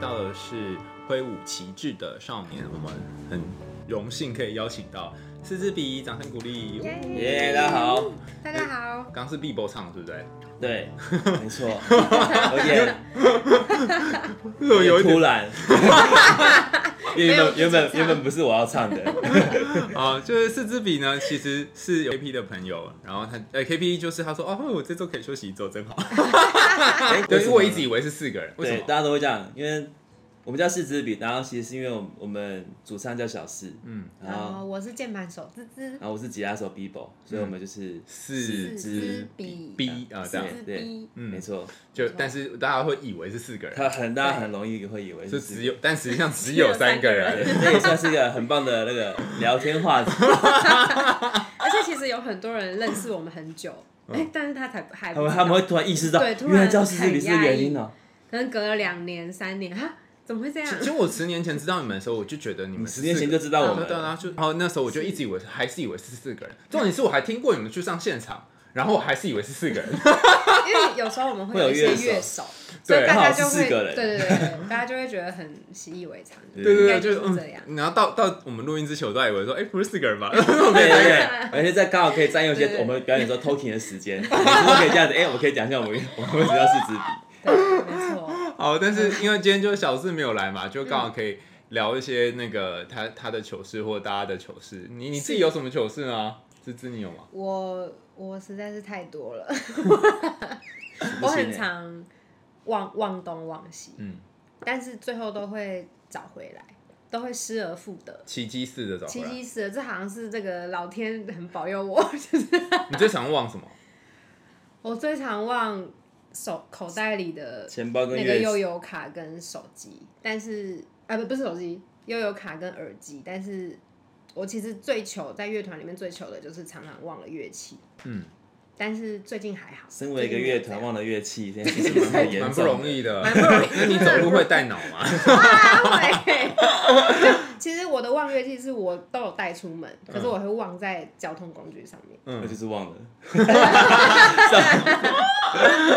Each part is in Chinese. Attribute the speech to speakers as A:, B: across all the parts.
A: 的是挥舞旗帜的少年，我们很荣幸可以邀请到四支笔，掌声鼓励。
B: 耶、大家好，
C: 大家好，
A: 刚是 B 波唱的，对不对？
B: 对，没错，有点
A: 有
B: 有
A: 一
B: 点突
A: 点
B: 然，原本原本原本不是我要唱 的，
A: 啊、就是四支笔呢，其实是有 KP 的朋友，然后他呃 KP 就是他说哦，我这周可以休息一周，真好。对，因为我一直以为是四个人，为什
B: 对
A: 么？
B: 大家都会这样，因为我们叫四支笔，然后其实是因为我们我们主唱叫小四，
A: 嗯，
B: 然后
C: 我是键盘手滋滋，
B: 然后我是吉他手 Bibo，所以我们就是
A: 嗯四
B: 支
C: 支笔
A: ，B 啊、这样，
C: 四支
B: 对
C: 笔，
A: 嗯
B: 没错，
A: 就但是大家会以为是四个人，
B: 他很大家很容易会以为
A: 就是
B: 四
A: 只有，但实际上只有三个人。
B: 对这也算是一个很棒的那个聊天 话题，
C: 而且其实有很多人认识我们很久，哎、但是他才还
B: 嗯他
C: 不
B: 们
C: 知
B: 他
C: 道
B: 们会突然意识到，
C: 对突然
B: 原来叫四支笔是
C: 很压抑
B: 原因哦、
C: 可能隔了两年、三年，哈，怎么会这样？
A: 其实我十年前知道你们的时候，我就觉得你们是
B: 十年前
A: 四个
B: 就知道我
A: 对啊
B: 们
A: 对，然后就然后那时候我就一直以为还是以为是四个人。重点是我还听过你们去上现场，然后我还是以为是四个 人。
C: 因为有时候我们会有一
B: 会有乐
C: 些
B: 手
C: 乐手，所
A: 对
C: 以大
B: 刚好
C: 家
B: 是
C: 就
B: 四
C: 会，
B: 个人
C: 对对对，对大家就会觉得很习以为常，
B: 对
A: 对
C: 应
A: 对对，
C: 该就是是这样。
A: 嗯。然后到到我们录音之前，我都还以为说，哎，不是四个人吧？
B: 对对对，而且在刚好可以占用一些
C: 对
B: 我们表演的时候 talking 的时间， 我们可以这样子，哎、我可以讲一下我们我们为什么要四支笔，
C: 对，没错，
A: 好，但是因为今天就是小四没有来嘛，就刚好可以聊一些那个他他的糗事或大家的糗事。你你自己有什么糗事吗？芝芝你有吗？
C: 我我实在是太多了，
B: 不
C: 我
B: 行欸
C: 很常忘忘东忘西，
A: 嗯，
C: 但是最后都会找回来，都会失而复得。
A: 奇迹似的找回
C: 奇
A: 来。
C: 迹死了，这好像是这个老天很保佑我， 就是
A: 你最常忘什么？
C: 我最常忘手口袋里的
B: 钱包跟
C: 那个
B: 乐
C: 悠
B: 器，
C: 游卡跟手机，但是啊不不是手机，悠游卡跟耳机，但是我其实最糗在乐团里面最糗的就是常常忘了乐器，
A: 嗯，
C: 但是最近还好。
B: 身为一个乐团忘了乐器，这件事情很
A: 蛮
B: 严
A: 不
B: 重
A: 容
B: 的。
A: 易的。
C: 蛮不容易
A: 那你走路会带脑吗？
C: 啊会 其实我的忘乐器是我都有带出门，可
B: 嗯
C: 是我会忘在交通工具上面。
B: 我
A: 嗯
B: 就，是忘了，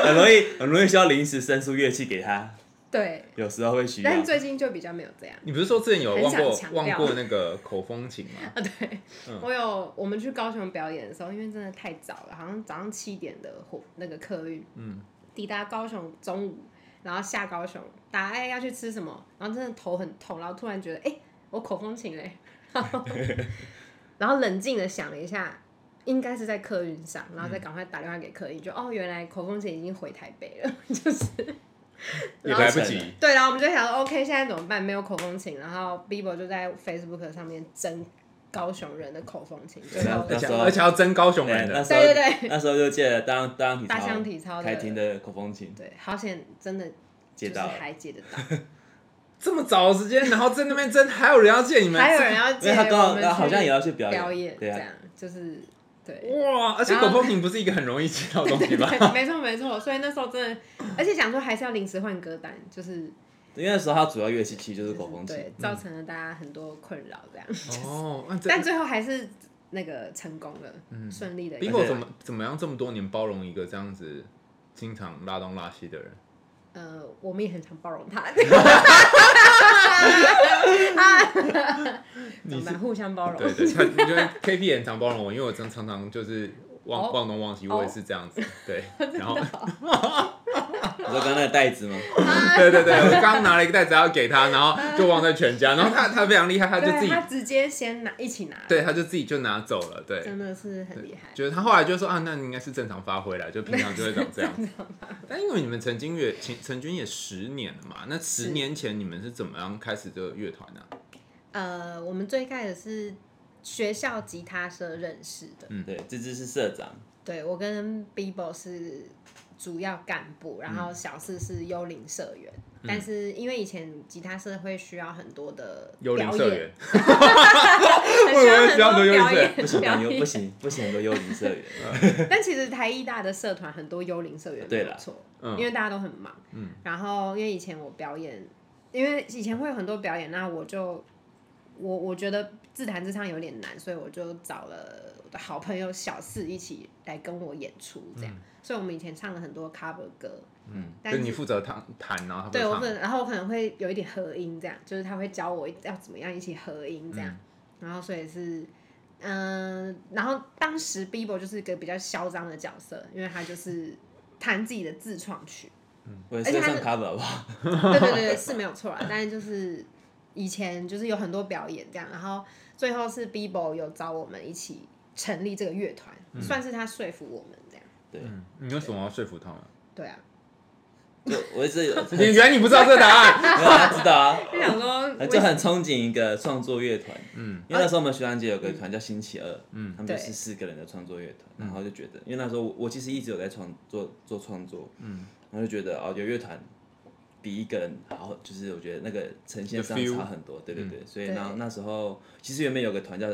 B: 很容易很容易需要临时伸出乐器给他，
C: 对，
B: 有时候会需要
C: 但。是最近就比较没有这样。
A: 你不是说之前有忘过
C: 很想强调
A: 忘过那个口风琴吗？
C: 啊，对，我有我们去高雄表演的时候，因为真的太早了，好像早上七点的火那个客运，
A: 嗯，
C: 抵达高雄中午，然后下高雄，大家哎要去吃什么，然后真的头很痛，然后突然觉得哎、我口风琴嘞， 然后冷静的想了一下，应该是在客运上，然后再赶快打电话给客运，就哦原来口风琴已经回台北了， 就是
A: 也
C: 然后
A: 来不及。
C: 对，然后我们就想说，OK，现在怎么办？没有口风琴，然后 Bibo 就在 Facebook 上面争高雄人的口风琴，最后
A: 而且
B: 那时候
A: 而且要争高雄
B: 对
A: 人，
B: 那
A: 的，
B: 时候
C: 对对
B: 那时候就借了当当体
C: 大象
B: 操
C: 体操
B: 开
C: 的，
B: 庭的口风琴
C: 对，好险，真的
B: 借
C: 就是
B: 到了，
C: 还借得到，
A: 这么早的时间，然后在那边争，还有人要见你们，
C: 还有人要
B: 因
C: 借
B: 为他刚
C: 我
B: 好
C: 们
B: 他好像也
C: 去
B: 要去表
C: 表
B: 演，
C: 演，
B: 对
C: 这
B: 啊，
C: 样就是对。
A: 哇！而且
C: 然后
A: 口风琴不是一个很容易接到的东西吧？
C: 对 没错没错，所以那时候真的，而且想说还是要临时换歌单，就是
B: 因为那时候他主要乐器其实就是口嗯风琴，
C: 对，造成了大家很多困扰这样，
A: 哦，那这
C: 但最后还是那个成功了，
B: 嗯
C: 顺利的。
A: Bibo 怎么怎么样这么多年包容一个这样子经常拉东拉西的人？
C: 呃，我们也很常包容 他，啊怎么办？互相包容。
A: 对 对，他因为 KP 也很常包容我，因为我常常常就是忘
C: 哦
A: 忘东忘西，我也是这样子。 对，然后
B: 你说刚刚那个袋子吗？
A: 对对对，我刚刚拿了一个袋子要给他，然后就忘在全家，然后他他非常厉害，他就
C: 对
A: 自己
C: 他直接先拿一起拿，
A: 对，他就自己就拿走了。对，
C: 真的是很厉害。
A: 就是他后来就说啊，那你应该是正常发挥了，就平常就会长这 样子。但因为你们曾经乐成成军也十年了嘛，那十
C: 是
A: 年前你们是怎么样开始这个乐团呢？
C: 呃，我们最开始是学校吉他社认识的，
B: 嗯对，这只是社长，
C: 对我跟 Bibo 是主要干部，然后小四是幽灵社员。
A: 嗯
C: 但是因为以前吉他社会需要很多的
A: 幽灵
C: 表
A: 社
C: 演
A: 员，
C: 很需要很多
A: 为什么需要很多幽灵 社员
C: 表演，
B: 不行，
C: 表
B: 很多
C: 演
B: 不行，不行，很多幽灵社员，
C: 但其实台艺大的社团很多幽灵社员，
B: 对啦嗯
C: 没有错，
A: 嗯
C: 因为大家都很忙。然后因为以前我表演，因为以前会有很多表演，那我就我我觉得自弹自唱有点难，所以我就找了我的好朋友小四一起来跟我演出，这样。所以我们以前唱了很多 cover 歌，
B: 嗯，
C: 但
A: 就是你负责弹弹，然后他
C: 对我
A: 会
C: 可
A: 唱。
C: 能，然后我可能会有一点合音，这样就是他会教我要怎么样一起合音这样，然后所以是。嗯，然后当时 Bieber 就是一个比较嚣张的角色，因为他就是弹自己的自创曲，
B: 我也是在
C: 而且
B: 唱
C: 他
B: cover 好不好？
C: 对对对，是没有错啦。但是就是以前就是有很多表演这样，然后最后是 Bebo 有找我们一起成立这个乐团，
B: 嗯
C: 算是他说服我们这样。
A: 嗯，你为什么要说服他们？
C: 对啊，
B: 就我一直有 很
A: 你
B: 没有
A: 原来你不知道这个答案，
B: 他知道啊，
C: 就想说
B: 就很憧憬一个创作乐团。
A: 嗯，
B: 因为那时候我们学长姐有个团叫星期二，
A: 嗯
B: 嗯，他们就是四个人的创作乐团，然后就觉得，因为那时候我我其实一直有在创做做创作，嗯，然后就觉得哦，有乐团比一个人好，就是我觉得那个呈现上
A: The feel 嗯
B: 差很多，对对对，所以
C: 对
B: 那那时候其实原本有个团叫。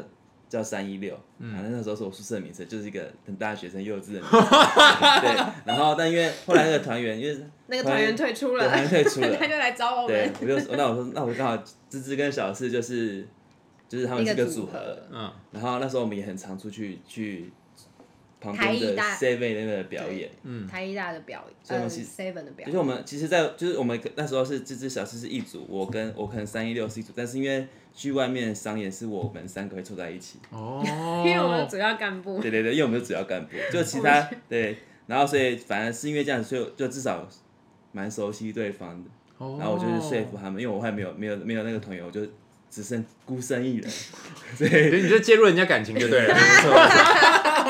B: 叫三一六，
A: 嗯
B: 反正那时候是我宿舍的名字，就是一个很大学生幼稚的名字。 对，然后但因为后来那个团员，因为
C: 那个团员退出了，
B: 对团员退 出了
C: 他就来找我
B: 对
C: 们，，
B: 我就说 那我说那我刚好芝芝跟小四就是就是他们是
C: 一个
B: 个组
C: 组合
B: 合，
A: 嗯，
B: 然后那时候我们也很常出去去旁
C: 台
B: 边
C: 艺
B: 的
C: 大
B: Seven 那边的表演，
C: 台艺大的表演，
B: 所以我
C: 呃
B: 们是
C: ，Seven 的表
B: 就是
C: 演，
B: 我们其实在，就是我们那时候是芝芝小四是一组，我跟我可能三一六是一组，但是因为去外面商演是我们三个会凑在一起，
A: 哦，
C: 因为我们的主要干部
B: 对对对，因为我们是主要干部，就其他对，然后所以反而是因为这样，所以我就至少蛮熟悉对方的，
A: 哦
B: 然后我就是说服他们，因为我后来没有没有没有那个团员，我就只剩孤身一人，所以
A: 所 以你就介入人家感情就对了。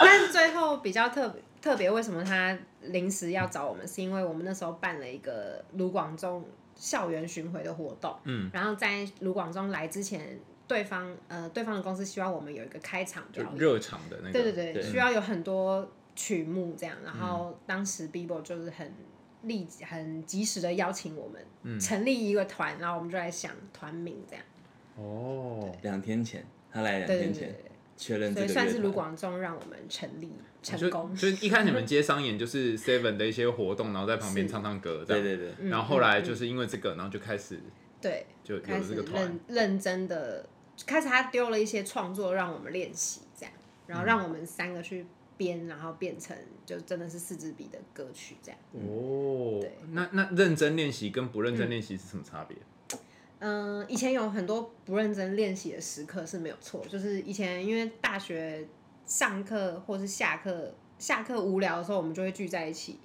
C: 但最后比较特别特别，为什么他临时要找我们？是因为我们那时候办了一个卢广仲校园巡回的活动，嗯，然后在卢广仲来之前，对方呃对方的公司希望我们有一个开场
A: 就
C: 表演，
A: 热场的那个，
C: 对对对，
B: 对
C: 需要有很多曲目这样。然后当
B: 嗯
C: 时 Bebo 就是很立很及时的邀请我们、成立一个团，然后我们就来想团名这样，
A: 哦，
B: 两天前他来两
C: 对对
B: 天
C: 对
B: 前
C: 对对，
B: 确认这
C: 所以
B: 个
C: 算
B: 乐
C: 是卢
B: 团。
C: 广仲让我们成立成
A: 就
C: 功。
A: 哦就一开始你们接商演就是 Seven 的一些活动，然后在旁边
C: 是
A: 唱唱歌，这
B: 对
A: 样。
B: 对对，
C: 嗯
A: 然后后来就是因为这个，然后就开始
C: 对，
A: 就有
C: 开
A: 了
C: 始
A: 这个团
C: 认。认真的，开始他丢了一些创作让我们练习，这样，然后让我们三个去编，然后变成就真的是四支笔的歌曲这样。
A: 哦
C: 对，
A: 那那认真练习跟不认真练习是什么差别？
C: 嗯，以前有很多不认真练习的时刻是没有错，就是以前因为大学上课或是下课，下课无聊的时候，我们就会聚在一起。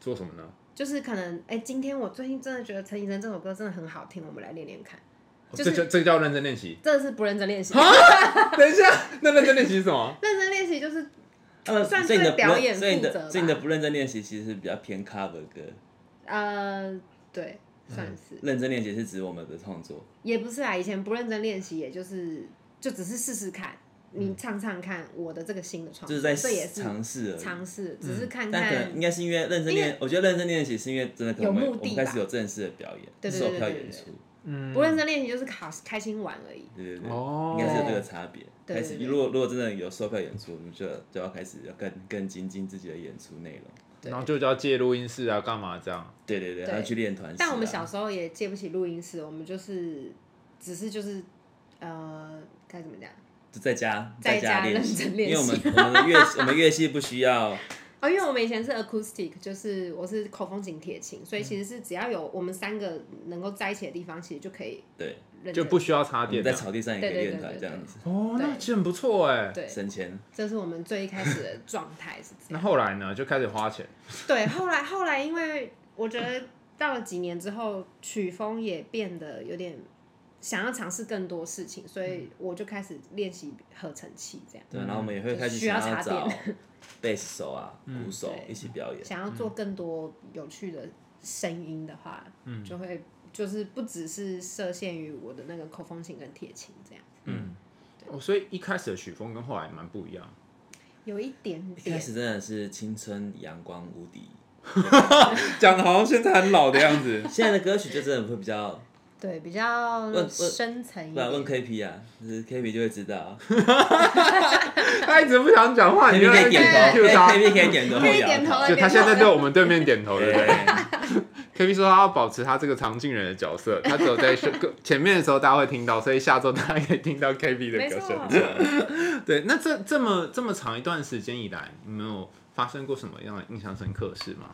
A: 做什么呢？
C: 就是可能，哎、今天我最近真的觉得陈绮贞这首歌真的很好听，我们来练练看。
A: 哦
C: 就是
A: 这就这个叫认真练 习。
C: 真的是不认真练习，
A: 等一下，那认真练习是什么？
C: 认真练习就是
B: 呃，
C: 算
B: 所以你的
C: 对
B: 不认
C: 表演
B: 所以你
C: 负责吧
B: 的所以你的不认真练习其实是比较偏 cover 歌，
C: 呃，对，算是。
B: 认真练习是指我们的创作。
C: 也不是啊，以前不认真练习，也就是就只是试试看，你唱唱看我的这个新的创
B: 就
C: 作，
B: 是在
C: 这也是
B: 尝试而已。
C: 尝试，只是看
B: 但可
C: 看
B: 能应。该是因为认真
C: 因
B: 练，我觉得认真练习是因为真的可能
C: 有
B: 我们
C: 目的
B: 我们开
C: 吧
B: 始有正式的表演，
C: 对对对
B: 售
C: 对
B: 票
C: 对
B: 演
C: 对
B: 出，嗯
C: 不认真练习就是考开心玩而已，
B: 对对对，
A: 哦
B: 应该是有这个差别。
C: 对
B: 开
C: 对
B: 始
C: 对
B: 如果如果真的有售票演出，我们就就要开始要更更精进自己的演出内容。
C: 对
A: 然后就叫借录音室啊，干嘛这样？
B: 对对对，还要去练团。啊
C: 但我们小，时候也借不起录音室，我们就是只是就是呃该怎么讲？
B: 就在家
C: 在
B: 家
C: 家
B: 练
C: 认真练
B: 因为我
C: 习
B: 们我们的乐 器我们乐器不需要，
C: 哦，因为我们以前是 acoustic，就是我是口风琴铁琴，所以其实是只要有我们三个能够在一起的地方，其实就可以
B: 对，
C: 认真
A: 就不需要插
B: 我们
A: 电
B: 在
A: 的。
B: 草地上也可
C: 对
B: 以
C: 对
B: 练
C: 对
B: 团
C: 对
B: 这
C: 对
B: 样子，
A: 哦，那其实很不错哎。
C: 对，
B: 省钱。
C: 这是我们最一开始的状态是这
A: 那。
C: 样
A: 后来呢，就开始花钱。
C: 对，后来后来，因为我觉得到了几年之后，曲风也变得有点想要尝试更多事情，所以我就开始练习合成器，这样
B: 对，然后我们也会
C: 就
B: 开始
C: 需要
B: 想
C: 插
B: 要找
C: 电
B: 贝斯手啊、鼓手
C: 对
B: 一起表演。
C: 想要做更多有趣的声音的话，
B: 嗯
C: 就会就是不只是设限于我的那个口风琴跟铁琴这样，
A: 哦，所以一开始的曲风跟后来蛮不一样。
C: 有一点
B: 一开
C: 点。
B: 始真的是青春阳光无敌，
A: 讲的好像现在很老的样子。
B: 现在的歌曲就真的会比较，
C: 对，比较
B: 问
C: 深层一
B: 不然问
C: 点。
B: K P 啊，就是 K P 就会知 道
A: 他一直不想讲话，
B: ，K
A: 你
B: P
A: 就
B: 可
A: 在
B: 以点
A: 那边 cue 他
B: 头，K P 可以点头，
C: 可以点头 啊
A: 就他现在对我们对面点头，对
B: 对
A: 不
B: 对
A: 对？
B: 对，
A: K P 说他要保持他这个常进人的角色，他只有在前面的时候大家会听到，所以下周大家可以听到 K P 的
C: 没
A: 歌
C: 错
A: 声。，对，那这这么这么长一段时间以来，你们有发生过什么样的印象深刻的事吗？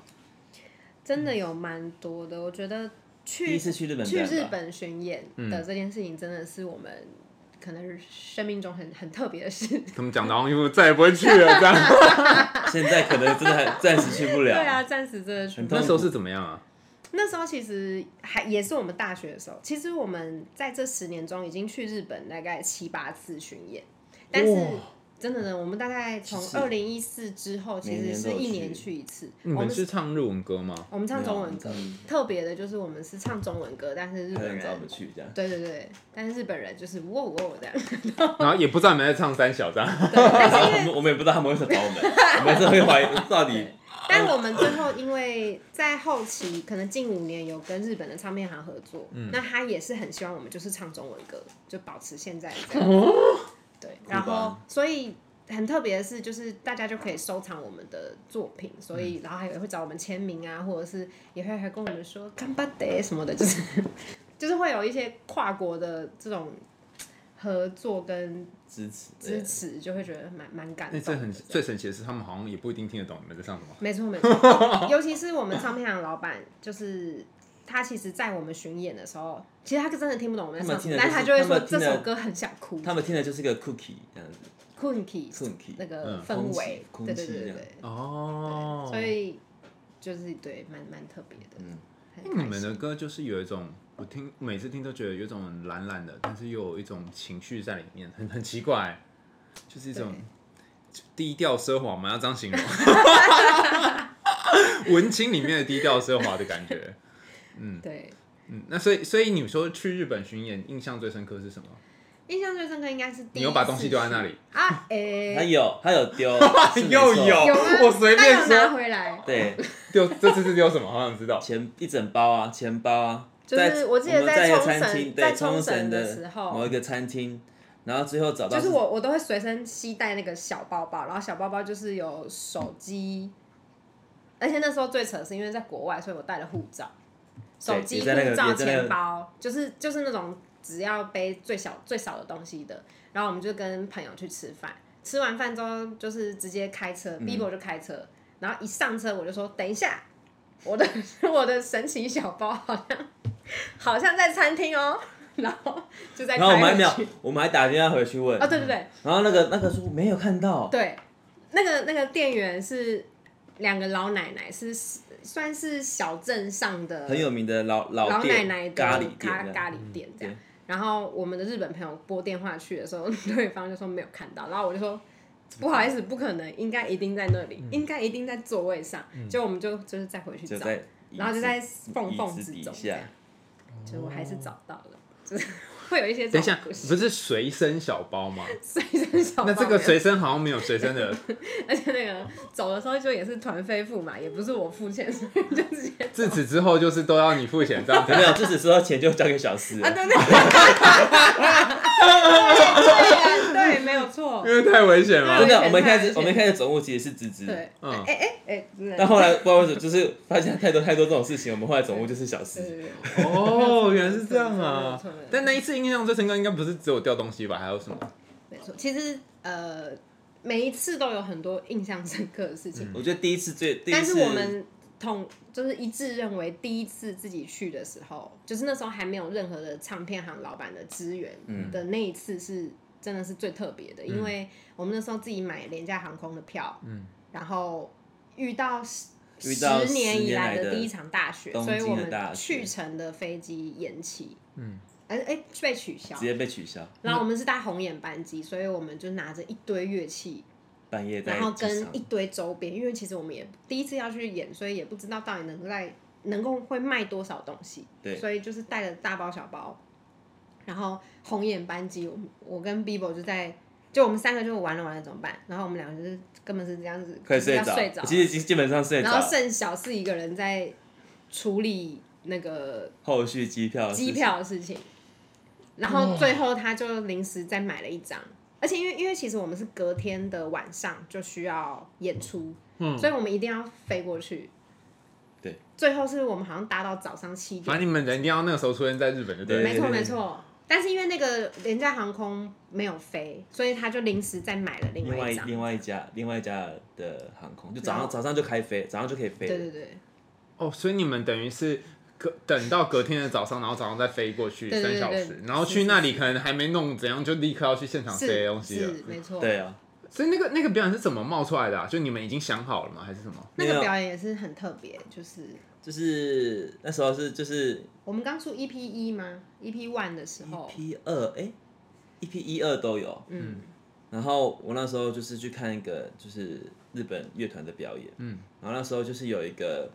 C: 真的有蛮多的。我觉得
B: 第一
C: 去
B: 次去日本
C: 去
B: 站吧，
C: 日本巡演
B: 嗯
C: 的这件事情，真的是我们可能生命中很很特别的
B: 嗯
C: 事。
A: 他们讲的，因为我再也不会去了这样。
B: 现在可能真的还暂时去不
C: 对
B: 了。
C: 啊，暂时真的去
B: 很
A: 那时候是怎么样啊？
C: 那时候其实还也是我们大学的时候，其实我们在这十年中已经去日本大概七八次巡演，但是
A: 哇
C: 真的呢，我们大概从
B: 是
C: 二零一四之后，其
B: 每
C: 实
B: 年都
C: 是
B: 有
C: 一
B: 去
C: 年去一次。
A: 你
C: 我
A: 们
C: 们
A: 是唱日文歌吗？
C: 我们唱中文歌
B: 没有我们，
C: 特别的就是我们是唱中文歌，但是日
B: 他
C: 本
B: 想找我
C: 人
B: 们去这样。
C: 对对对，但是日本人就是哇哇这样，哦
A: 然后也不知道你们在唱三小这样。
B: 然
C: 啊
B: 后我们我们也不知道他们为什么找我们，我们是会怀疑 到底
C: 但
B: 哦
C: 我们最后因为在后期可能近五年有跟日本的唱片行合作，
B: 嗯
C: 那他也是很希望我们就是唱中文歌，就保持现在这样。对，
B: 哦酷吧
C: 然后所以很特别的是，就是大家就可以收藏我们的作品，所以
B: 嗯
C: 然后还有会找我们签名啊，或者是也会还跟我们说干巴得什么的，就是 就是会有一些跨国的这种合作跟
B: 支持对啊
C: 支持，就会觉得蛮蛮感
A: 那
C: 动
A: 这
C: 的。
A: 很最神奇的是，他们好像也不一定听得懂你们在唱什么。
C: 没错没错，尤其是我们唱片行老板，就是他其实，在我们巡演的时候，其实他真的听不懂我们在唱什么，
B: 他
C: 但
B: 们
C: 他
B: 听得
C: 就会
B: 就是他们听
C: 说这
B: 得
C: 首歌很想哭
B: 他们听的就是个 cookie 这样子
C: ，Kunki
B: ，cookie
C: 那个
A: 嗯
C: 氛
B: 空气
C: 围，
B: 空
C: 对
B: 气
C: 对对
B: 这
C: 对
B: 样
C: 对，
A: 哦，
C: 所以就是对，蛮蛮特别的，
B: 嗯
C: 很
A: 因为你
C: 开
A: 们
C: 心
A: 的歌就是有一种，我听每次听都觉得有一种懒懒的，但是又有一种情绪在里面，很很奇怪，就是一种低调奢华嘛，要这样形容， 文青里面的低调奢华的感觉。
C: 对。
A: 嗯，那所以所以你说去日本巡演，印象最深刻是什么？
C: 印象最深刻应该是第一次去
A: 你又把东西丢在那里
C: 啊？诶、
B: 他有他有 丢，是没
A: 又
B: 错
A: 有
C: 有吗？
A: 我随便
C: 他有拿
A: 说
C: 回来，
B: 对
A: 丢，这次是丢什么？好想知 道。
B: 钱一整包啊，钱包啊，
C: 就是
B: 在
C: 我记得
B: 们
C: 在
B: 在一个餐
C: 冲绳
B: 厅，
C: 在
B: 对
C: 冲
B: 冲
C: 绳
B: 绳
C: 的
B: 的
C: 时候
B: 某一个餐厅，然后最后找到
C: 就是我我都会随身携带那个小包包，然后小包包就是有手机，而且那时候最扯的是因为在国外，所以我带了护照、手机、
B: 也在那个
C: 护照、
B: 也在那个
C: 钱包，就是就是那种只要背最小最少的东西的。然后我们就跟朋友去吃饭，吃完饭之后就是直接开车、b
B: 嗯
C: i b o 就开车，然后一上车我就说等一下，我的 我的神奇小包好像好像在餐厅哦，然后就在
B: 然后我们还
C: 开
B: 没有
C: 回去，
B: 我们还打电话回去问
C: 哦，对对对。
B: 然后那个那个说没有看到，
C: 对，那个那个店员是两个老奶奶，是算是小镇上的
B: 很有名的老老
C: 老奶
B: 店
C: 奶的
B: 咖喱店这
C: 咖
B: 样，嗯
C: 咖喱店这样
B: 对。
C: 然后我们的日本朋友拨电话去的时候，对方就说没有看到，然后我就说。不好意思，不可能，应该一定在那里，应该一定在座位上。就我们就就是再回
B: 嗯
C: 去
B: 就
C: 找，
B: 在椅
C: 然后就
B: 子
C: 在缝缝之
B: 椅子
C: 中
B: 底，下
C: 这样，就我还是找到了，就是会有一些这
A: 等一下，
C: 种故事
A: 不是随身小包吗？
C: 随身小
A: 那这
C: 包
A: 个
C: 没有
A: 随身好像没有随身的，
C: 而且那个走的时候就也是团费付嘛，也不是我付钱，所以就直接
A: 自此之后就是都要你付钱这样子
B: 没。有，就只说钱就交给小四了
C: 啊，对 对，对对对，没有错，
A: 因为太危险
C: 对
A: 了。
B: 真的，
C: 啊我
B: 我们
C: 以前
B: 一开始
C: 看
B: 我们一开始总务其实是芝芝，
C: 对，
A: 嗯
C: 哎哎哎，真的
B: 但后来不知道为什么，就是发现太多太多这种事情，我们后来总务就是小
C: 对对
B: 事。
C: 对对
A: 哦，
C: 没有错
A: 原来是这样
C: 没有
A: 啊
C: 错没有错！
A: 但那一次印象最深刻，应该不是只有掉东西吧？还有什么？
C: 没错，其实呃，每一次都有很多印象深刻的事情，
B: 我觉得第一次最，第一
C: 但
B: 次
C: 是我们统就是一致认为，第一次自己去的时候，就是那时候还没有任何的唱片行老板的支援
B: 嗯
C: 的那一次是。真的是最特别的，因为我们那时候自己买廉价航空的票，
A: 嗯
C: 然后遇到十
B: 遇到
C: 十年以
B: 十
C: 来
B: 年来的
C: 第一场大雪，
B: 东
C: 所
B: 京
C: 以
B: 的
C: 我们
B: 大雪
C: 去程的飞机延期，
A: 嗯，
C: 哎、哎、被取消
B: 直。接被取消，
C: 然后我们是搭红眼班机，所以我们就拿着一堆乐器，
B: 半夜在
C: 然后
B: 机
C: 跟
B: 场
C: 一堆周边，因为其实我们也第一次要去演，所以也不知道到底能在能够会卖多少东西，
B: 对
C: 所以就是带了大包小包，然后红眼班机，我们我跟 Bibo 就在。就我们三个就完了完了怎么办？然后我们两个就是根本是这样子，
B: 快
C: 就是
B: 睡
C: 要
B: 着
C: 睡着，，
B: 其实已经基本上睡
C: 然后
B: 着。
C: 剩小四一个人在处理那个
B: 后续机票的事情，
C: 机票的事情，然后最后他就临时再买了一张，而且因为因为其实我们是隔天的晚上就需要演出，所以我们一定要飞过去。
B: 嗯对，
C: 最后是我们好像搭到早上七点
A: 反，正你们人一定要那个时候出现在日本就对了。
C: 没错
B: 对对
C: 没错。但是因为那个廉价航空没有飞，所以他就临时再买了另
B: 另
C: 外
B: 外
C: 一张。
B: 另外一家另外一家的航空，就早
C: 然后
B: 上早上就开飞，早上就可以飞
C: 对
B: 了。
C: 对对
A: 哦，所以你们等于是隔等到隔天的早上，然后早上再飞过去
C: 对对
A: 三
C: 对
A: 小
C: 对
A: 时，然后
C: 是
A: 去
C: 是
A: 那里可能还没弄怎样，就立刻要去现场
C: 是
A: 飞东西了。
C: 是没错。
B: 对啊，
A: 所以那个那个表演是怎么冒出来的、啊？就你们已经想好了吗？还是什么？
C: 那个
B: 没有
C: 表演也是很特别，就是
B: 就是那时候是就是
C: 我们刚出 EP 一吗？EP one 的时候，
B: P 二哎，一 P 一二都有。
C: 嗯，
B: 然后我那时候就是去看一个就是日本乐团的表演，
A: 嗯，
B: 然后那时候就是有一个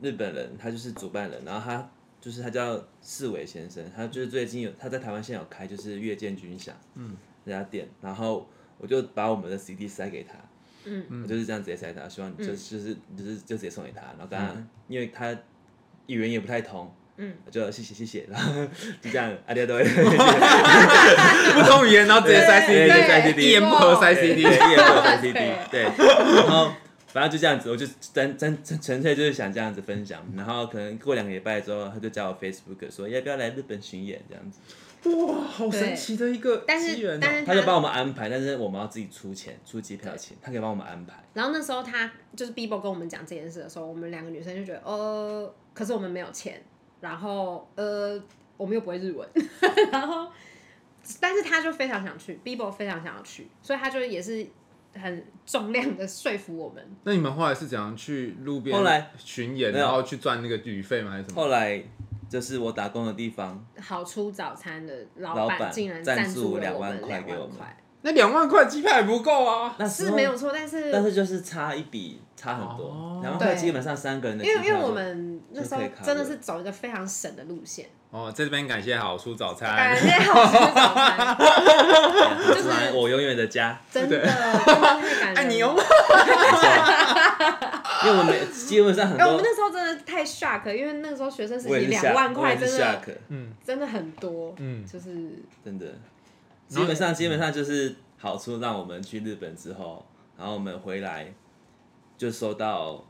B: 日本人，他就是主办人，然后他就是他叫四尾先生，他就是最近有他在台湾现在有开就是月见军饷，嗯，那家店，然后我就把我们的 CD 塞给他，嗯，我就是这样直接塞他，希
C: 嗯
B: 望就、就是就是就直接送给他，然后跟他、因为他语言也不太通。
C: 嗯，
B: 就谢谢谢谢，然后就这样，啊阿迪 多，
C: 哦
A: 不同语言，然后直接塞
C: 对
A: CD，直
C: 对
A: 接塞 CD，
C: 对
A: 一言不合塞 CD。
B: 对，一言不合塞
C: 对
B: CD，对，然后反正就这样子，我就真真真纯粹就是想这样子分享，然后可能过两个礼拜之后，他就加我 Facebook 说要不要来日本巡演这样子，
A: 哇，好神奇的一个
C: 但
A: 机
C: 是
A: 缘
C: 但是
A: 哦！
B: 他就帮我们安排，但是我们要自己出钱出机票钱，他可以帮我们安排，
C: 然后那时候他就是 Bibo 跟我们讲这件事的时候，我们两个女生就觉得，呃，可是我们没有钱，然后呃，我们又不会日文， 然后，但是他就非常想去，Bibo 非常想要去，所以他就也是很重量的说服我们。
A: 那你们后来是怎样去路边
B: 后来
A: 巡演，
B: 没有
A: 然后去赚那个旅费吗？还是什么？
B: 后来就是我打工的地方，
C: 好出早餐的
B: 老
C: 板
B: 板
C: 竟然
B: 赞
C: 赞
B: 助
C: 助了
B: 两
C: 我
B: 万
C: 们
B: 块
C: 两
B: 给我
C: 万
B: 们
C: 块，
A: 那两万块机票也不够啊！
B: 那时
C: 是
B: 候
C: 没有，错，但是
B: 但是就是差一笔差很
A: 哦
B: 多，然后他基本上三个人的
C: 因
B: 机票
C: 为
B: 就，
C: 因为我们那时候
B: 就可以 cover
C: 真的是走一个非常省的路线，
A: 哦，在这边感谢好叔早
B: 哎
C: 感
A: 餐。
C: 觉好吃早餐，
B: 对啊
C: 就是
B: 来我永远的家。
C: 真的真的 太感人了。
A: 哎，你有吗？
B: 因为我们基本上很
C: 哎、我们
B: 多，
C: 那时候真的太 shock，因为那个时候学生时
B: 我
C: 期
B: 也是
C: 两万
B: 下，我
C: 块
B: 也是
C: 真
B: 下
C: 的
B: 课，
A: 嗯，
C: 真的很多，
A: 嗯
C: 就是
B: 真的，基本上基本上就是好处让我们去日本之后，然后我们回来就收到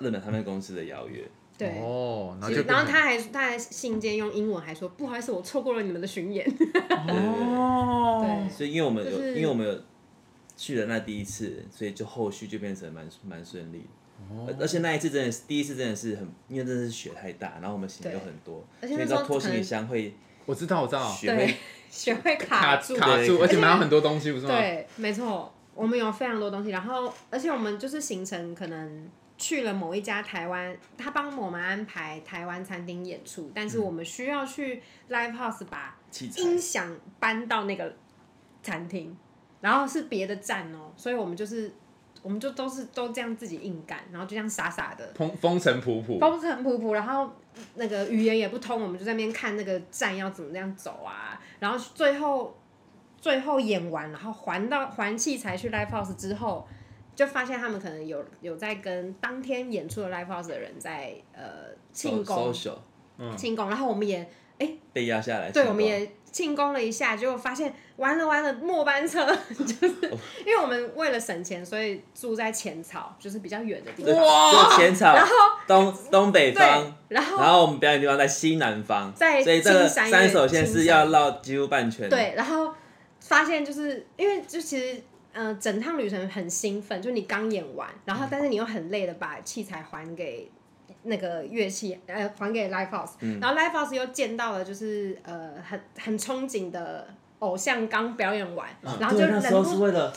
B: 日本唱片公司的邀约，
C: 对。
A: 哦，然后
C: 其
A: 就
C: 实然后他还他还信件用英文还说不好意思，我错过了你们的巡演。
B: 对对对
A: 哦，
B: 所以因为我们有
C: 就是
B: 因为我们有去了那第一次，所以就后续就变成蛮蛮顺利的。
C: 哦
B: 而而且那一次真的是第一次真的是很，因为真的是雪太大，然后我们行李又
C: 对
B: 很多，
C: 而
B: 所
C: 且
B: 以你
C: 那时
B: 知
C: 候
B: 道拖行
C: 可能
B: 李箱会
A: 我知道，我知道，
B: 学
C: 对
B: 会，
C: 学会
A: 卡
C: 卡住，
A: 卡住，
B: 对
A: 而且买到很多东西，不是吗？
C: 对，没错，我们有非常多东西，然后而且我们就是行程可能去了某一家台湾，他帮我们安排台湾餐厅演出，但
B: 嗯
C: 是我们需要去 live house 把
B: 器材，
C: 音响搬到那个餐厅，然后是别的站哦，所以我们就是我们就都是都这样自己硬干，然后就这样傻傻的。
A: 风风尘仆仆，
C: 包不是很普普，然后那个语言也不通，我们就在那边看那个站要怎么样走啊，然后最后最后演完，然后还到还器材去 live house 之后，就发现他们可能有有在跟当天演出的 live house 的人在呃庆功
B: social
C: 庆功，然后我们也
B: 被压下来，
C: 对，
B: 庆
C: 我们
B: 功
C: 也庆功了一下，结果发现完了完了，末班车 就是因为我们为了省钱，所以住在浅草，就是比较远的地方。
A: 哇
B: 就浅草
C: 哦然后
B: 东东北
C: 对
B: 方，，
C: 然后
B: 然后我们表演的地方在西南方，
C: 在
B: 所以这个
C: 青山
B: 三手
C: 县
B: 线
C: 青
B: 是
C: 山
B: 要绕几乎半圈。，
C: 对，然后发现就是因为就其实。呃，整趟旅程很兴奋，就你刚演完，然
B: 嗯
C: 后但是你又很累的把器材还给那个乐器，呃，还给 live house，、
B: 嗯
C: 然后 live house 又见到了就是呃很很憧憬的偶像刚表演完，然后就
B: 啊对，那
C: 忍
B: 时候
C: 不
B: 是为了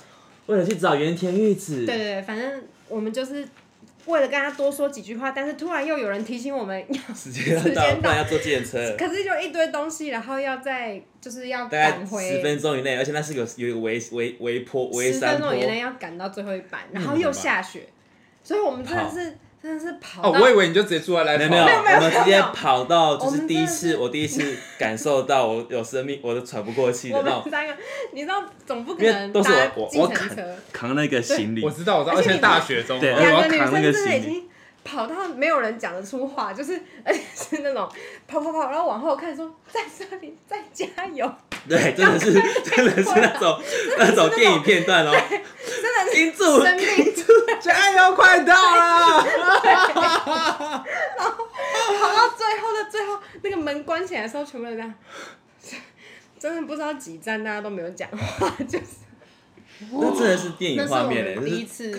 B: 为了去找原田玉子，
C: 对对对，反正我们就是为了跟他多说几句话，但是突然又有人提醒我们 要，
B: 时间到，
C: 时间到
B: 不然要坐计程车，
C: 可是就一堆东西，然后要在就是要
B: 大概
C: 赶
B: 十
C: 回
B: 分钟以内，而且那是有有一个围围围坡围
C: 十
B: 山
C: 分
B: 坡
C: 钟以，内要赶到最后一班，然后
A: 嗯
C: 又下雪，所以我们真的
B: 跑
C: 是真的是跑
A: 哦，
C: 到
A: 我以为你就直接住在来
B: 没有没有，
C: 没有没有
B: 我们直
C: 没
B: 接
C: 有
B: 跑到
C: 我
B: 就
C: 们
B: 是第一
C: 真的是
B: 次，我第一次感受到我有生命，我都喘不过气的
C: 我
B: 那种
C: 们，三个，你知道总不可
B: 因为
C: 能
B: 都是我
C: 搭
B: 我
C: 计
B: 我
C: 程
B: 扛
C: 车，
B: 扛那个行李
A: 我知道，我知道，
C: 而
A: 而
C: 且你
A: 且大雪中啊
B: 对
A: 嘛
B: 我要
C: 两个女
B: 扛那
C: 生
B: 个
C: 真的已
B: 行李
C: 经跑到没有人讲得出话，就是而且是那种跑跑跑，然后往后看说在这里再加油，
B: 对，真的是真的是那 种那种电影片段哦，
C: 真的是
B: 金柱
A: 哎
C: 生命
A: 加油，快到了！
C: 门关起来的时候，全部人这样， 真的不知道几站，大家都没有讲话，就是
B: 那真的是电
C: 那
B: 影
C: 是我
B: 画面嘞，欸
C: 们
B: 就
C: 第
B: 是
C: 一次，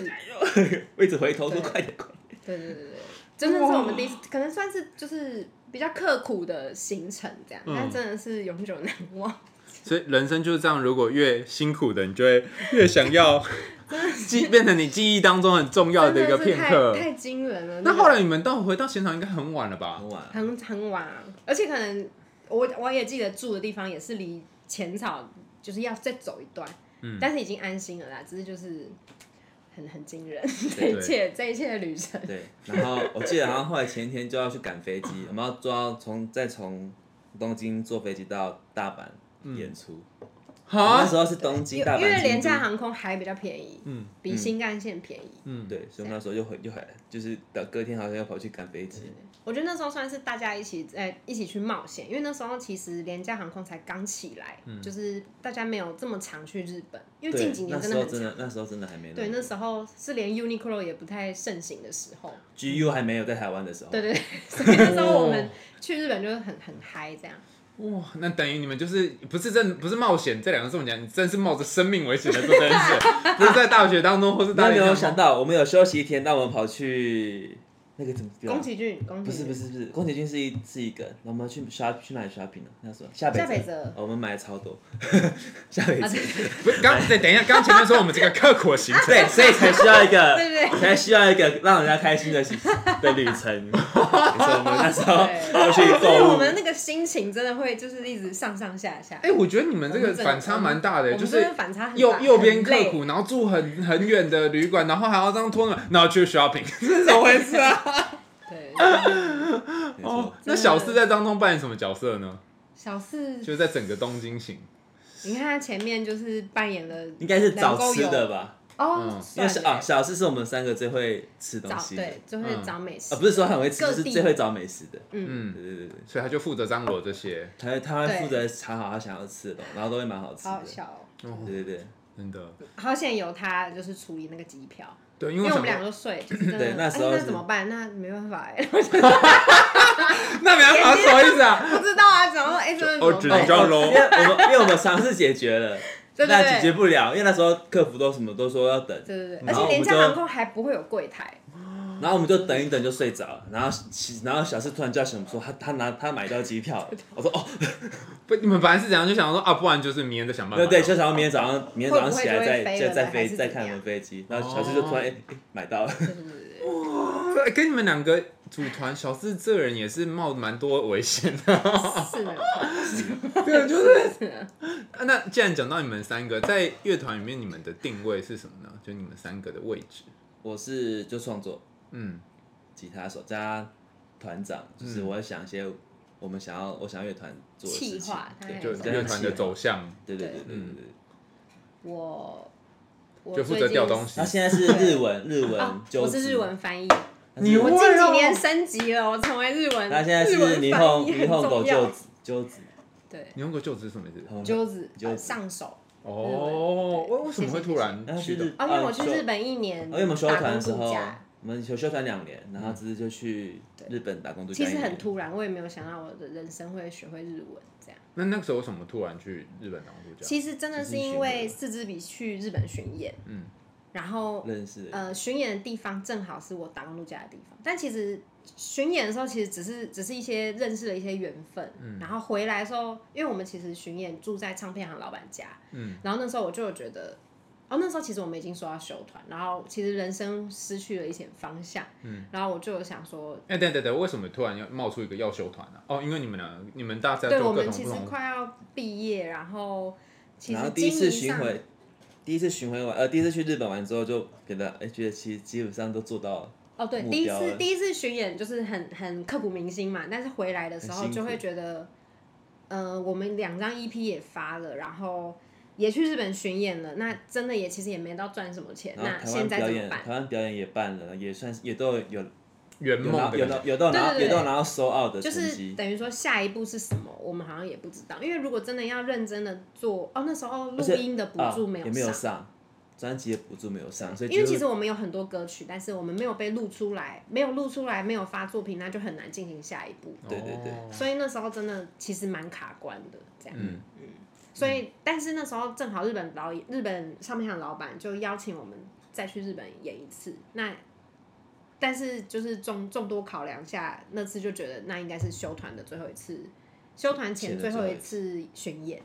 C: 对
B: 我 一直回头说
C: 对
B: 快点快点。
C: 对对对对，真的是我们第一次，可能算是就是比较刻苦的行程这样，
A: 嗯
C: 但真的是永久难忘。
A: 所以人生就是这样，如果越辛苦的，你就会越想 要记，变成你记忆当中很重要
C: 真
A: 啊的一个
C: 的是
A: 片
C: 太
A: 刻。
C: 太惊人了。
A: 那
C: 个
A: 后来你们到回到现场应该很晚了吧
B: 很？晚啊，
C: 很很晚啊，而且可能我我也记得住的地方也是离浅草就是要再走一段，
A: 嗯
C: 但是已经安心了啦，只是就是很很惊人这
B: 对
C: 一切这一切的旅程，
B: 对，然后我记得好像后来前一天就要去赶飞 机，我们要坐到从再从东京坐飞机到大阪演出。然后那
A: 哈，
B: 时候是东
C: 嗯因
B: 京、大
C: 为
B: 阪、
C: 因为
B: 京
C: 廉
B: 都
C: 价航空还比较便宜，
A: 嗯
C: 比新干线便宜。
A: 嗯，
B: 对，所以我们那时候又回又回来，就是到隔天好像要跑去赶飞机。
C: 我觉得那时候算是大家一起在、一起去冒险，因为那时候其实廉价航空才刚起来，就是大家没有这么常去日本，因
B: 嗯
C: 为
B: 对
C: 近几，年
B: 那时
C: 真的
B: 候
C: 很
B: 真
C: 常。
B: 的嗯那时候真的还没
C: 对，那
B: 么
C: 时候是连 Uniqlo 也不太盛行的时候，
B: GU 还没有在台湾的时候。
C: 对对 对，所以那时候我
B: 哦
C: 们去日本就是很很嗨这样。
A: 哇，那等于你们就是不是真不是冒险这两个字怎么讲？你真是冒着生命危险在做这件事，不是在大学当中或是大
B: 那
A: 学
B: 没有
A: 当
B: 想
A: 中。
B: 到，我们有休息一天，那我们跑去那个怎么？
C: 宫崎骏，宫
B: 不
C: 崎
B: 是啊
C: 骏
B: 不是不是，宫崎骏是一是一个，我们去刷去哪里 shopping 呢？那时候下北
C: 下北泽
B: 哦我们买了超多，下北
C: 啊，
B: 泽。
C: 对对
A: 不是，刚对，等一下，刚前面说我们这个刻苦的行程，
B: 对，所以才需要一个，
C: 对
B: 才需要一个让人家开心的行的旅程。没错，我们那时候要去
C: 对，就是
B: 购
C: 我
B: 物，
C: 们那个心情真的会就是一直上上下下。
A: 哎、我觉得你们这
C: 我
A: 个
C: 们整
A: 反差蛮大的，
C: 我
A: 就
C: 们
A: 是
C: 真的反差很大
A: 右右边刻。
C: 很累
A: 苦，然后住很很远的旅馆，然后还要这样拖着，然后去 shopping，这是怎么回事啊？
C: 对，
B: 没
A: 哦
B: 错，，
A: 那小四在当中扮演什么角色呢？
C: 小四，
A: 就是在整个东京行，
C: 你看他前面就是扮演了，
B: 应该是早吃的吧？
C: 哦
A: 嗯，
B: 因
C: 算
B: 为
C: 了
B: 小啊，小四是我们三个最会吃东
C: 找
B: 西的，
C: 对，就会找美食
B: 啊，不是说很会吃，
C: 各
B: 就
C: 地
B: 是最会找美食的。对
A: 嗯，
B: 对对对，
A: 所以他就负责张罗这些，
B: 他会他会
C: 对
B: 负责查好他想要吃的东西，然后都会蛮好吃
C: 好好
B: 的。
C: 笑哦。
A: 哦，
B: 对对对
A: 真的，
C: 好险有他就是处理那个机票，
A: 对，因
C: 因
A: 为
C: 为
A: 我想
C: 我们两个都睡，就是真的
B: 对那时候
C: 哎那
B: 是
C: 怎么办？那没办法哎，
A: 那没办法，什么意思啊？
C: 不知道啊，然后哎，真的怎
A: 我
B: 哦
C: 么
A: 只
C: 办
A: 能这样喽
B: 因为我们因哎为我们尝试解 决了，
C: 对对
B: 那
C: 对
B: 解决不了，因为那时候客服都什么都说要等，
C: 对对对，而
B: 然后
C: 且
B: 我们
C: 廉价
B: 就
C: 航空还不会有柜 台，
B: 然后我们就等一等就睡着了，然后其然后小四突然叫醒我们说他他拿他买到机票了，我说哦，
A: 不，你们本来是怎样就想说啊，不然就是明天再想办法。
B: 对对，就想要明天早上明天早上起来
C: 会不
B: 再
C: 会就会飞了
B: 再再
C: 还
B: 飞
C: 是
B: 再
C: 怎么
B: 看我
C: 样
B: 们飞机，然后小四就突
A: 哦
B: 然哎、哎买到了，
C: 对对对对对，
A: 对哎跟你们两个组团，小四这个人也是冒蛮多危险的。
C: 是的，
A: 对，就是
C: 是的。
A: 啊那既然讲到你们三个在乐团里面，你们的定位是什么呢？就你们三个的位置。
B: 我是就创作
A: 嗯
B: 吉他手加团长，就是我想一些我们想要我想要乐团做的事情
C: 企划他还，
B: 对
A: 就
B: 比较像
A: 乐团
B: 企
A: 的
B: 划
A: 走嗯向，
B: 对对对对
C: 对
B: 对对对。
C: 我我
A: 就负
C: 最
A: 责
C: 近
A: 调东西
B: 然后。现在是日文，日文
C: 啊，
B: 就
C: 我是日文翻译，
B: 你
C: 我
A: 会
C: 近几
A: 哦
C: 年升级了，我成为日文，
B: 那现在是
C: 嗯日文翻译
B: 霓虹
C: 很
B: 霓虹狗
C: 重要
B: 就子就子，哦
C: 对
A: 你用过就职是什么意思？
C: 揪子
B: 揪
C: 呃
B: 子
C: 上手
A: 哦，
C: 对
A: 为为什么会突然
B: 然后
A: 去
B: 去
A: 的
B: 日？
C: 啊，因为我去
B: 你说
C: 日本一年，
B: 哦因为我们修
C: 打
B: 团的
C: 工
B: 时
C: 度
B: 候
C: 假，，
B: 我们修修团两年，然后芝芝就去日本打工度假
C: 其
B: 一年。
C: 实很突然，我也没有想到我的人生会学会日文这样。
A: 那那个时候为什么突然去日本当度假？
C: 其实真的
B: 啊就是
C: 是因
B: 巡
C: 为
B: 回
C: 四支笔去日本巡演，
A: 嗯，
C: 然后
B: 认识的，
C: 呃，巡演的地方正好是我打工度假的地方，但其实巡演的时候，其实只是只是一些认识了一些缘分，然后回来的时候，因为我们其实巡演住在唱片行老板家，
A: 嗯，
C: 然后那时候我就有觉得，哦，那时候其实我们已经说要休团，然后其实人生失去了一些方向，嗯，然后我就有想说，
A: 哎，等等等，为什么突然要冒出一个要修团呢？哦，因为你们俩，你们大家
C: 对我
A: 做各
C: 们
A: 种
C: 其
A: 不
C: 实
A: 同，
C: 快要毕业，然后其
B: 然
C: 实
B: 后第一次
C: 经营
B: 巡
C: 上
B: 回，第一次巡回完，呃，第一次去日本玩之后，就觉得，哎，觉得其实基本上都做到了。
C: 哦，对，
B: 目
C: 第一
B: 标
C: 次
B: 了
C: 第一次巡演就是很很刻骨铭心嘛，但是回来的时候
B: 很辛
C: 就
B: 苦
C: 会觉得，呃，我们两张 EP 也发了，然后也去日本巡演了，那真的也其实也没到赚什么钱，
B: 然后
C: 那
B: 台
C: 现
B: 湾
C: 在
B: 表
C: 怎么
B: 演，
C: 办
B: 台？湾表演也办了，也算是也都有
A: 圆
B: 有
A: 梦
B: 拿
A: 的
B: 有
A: 感觉
B: 拿有到拿
C: 对对对
B: 有到拿到收 out 的
C: 就
B: 成
C: 是
B: 绩。
C: 等于说下一步是什么，我们好像也不知道，因为如果真的要认真的做，哦，那时候
B: 而
C: 录
B: 且
C: 音的补
B: 啊
C: 助没
B: 也没有
C: 上，
B: 上，专辑的补助没有上，所以
C: 因为其
B: 就
C: 实我们有很多歌曲，但是我们没有被录出来，没有录出来，没有发作品，那就很难进行下一步。
B: 对对对
A: 哦
C: 所以那时候真的其实蛮卡关的，这样。
A: 嗯
C: 所以，但是那时候正好日本老日本唱片行老板就邀请我们再去日本演一次。那但是就是众众多考量下，那次就觉得那应该是休团的最后一次，休团前
B: 前的最
C: 最
B: 后
C: 后一
B: 一
C: 次巡演。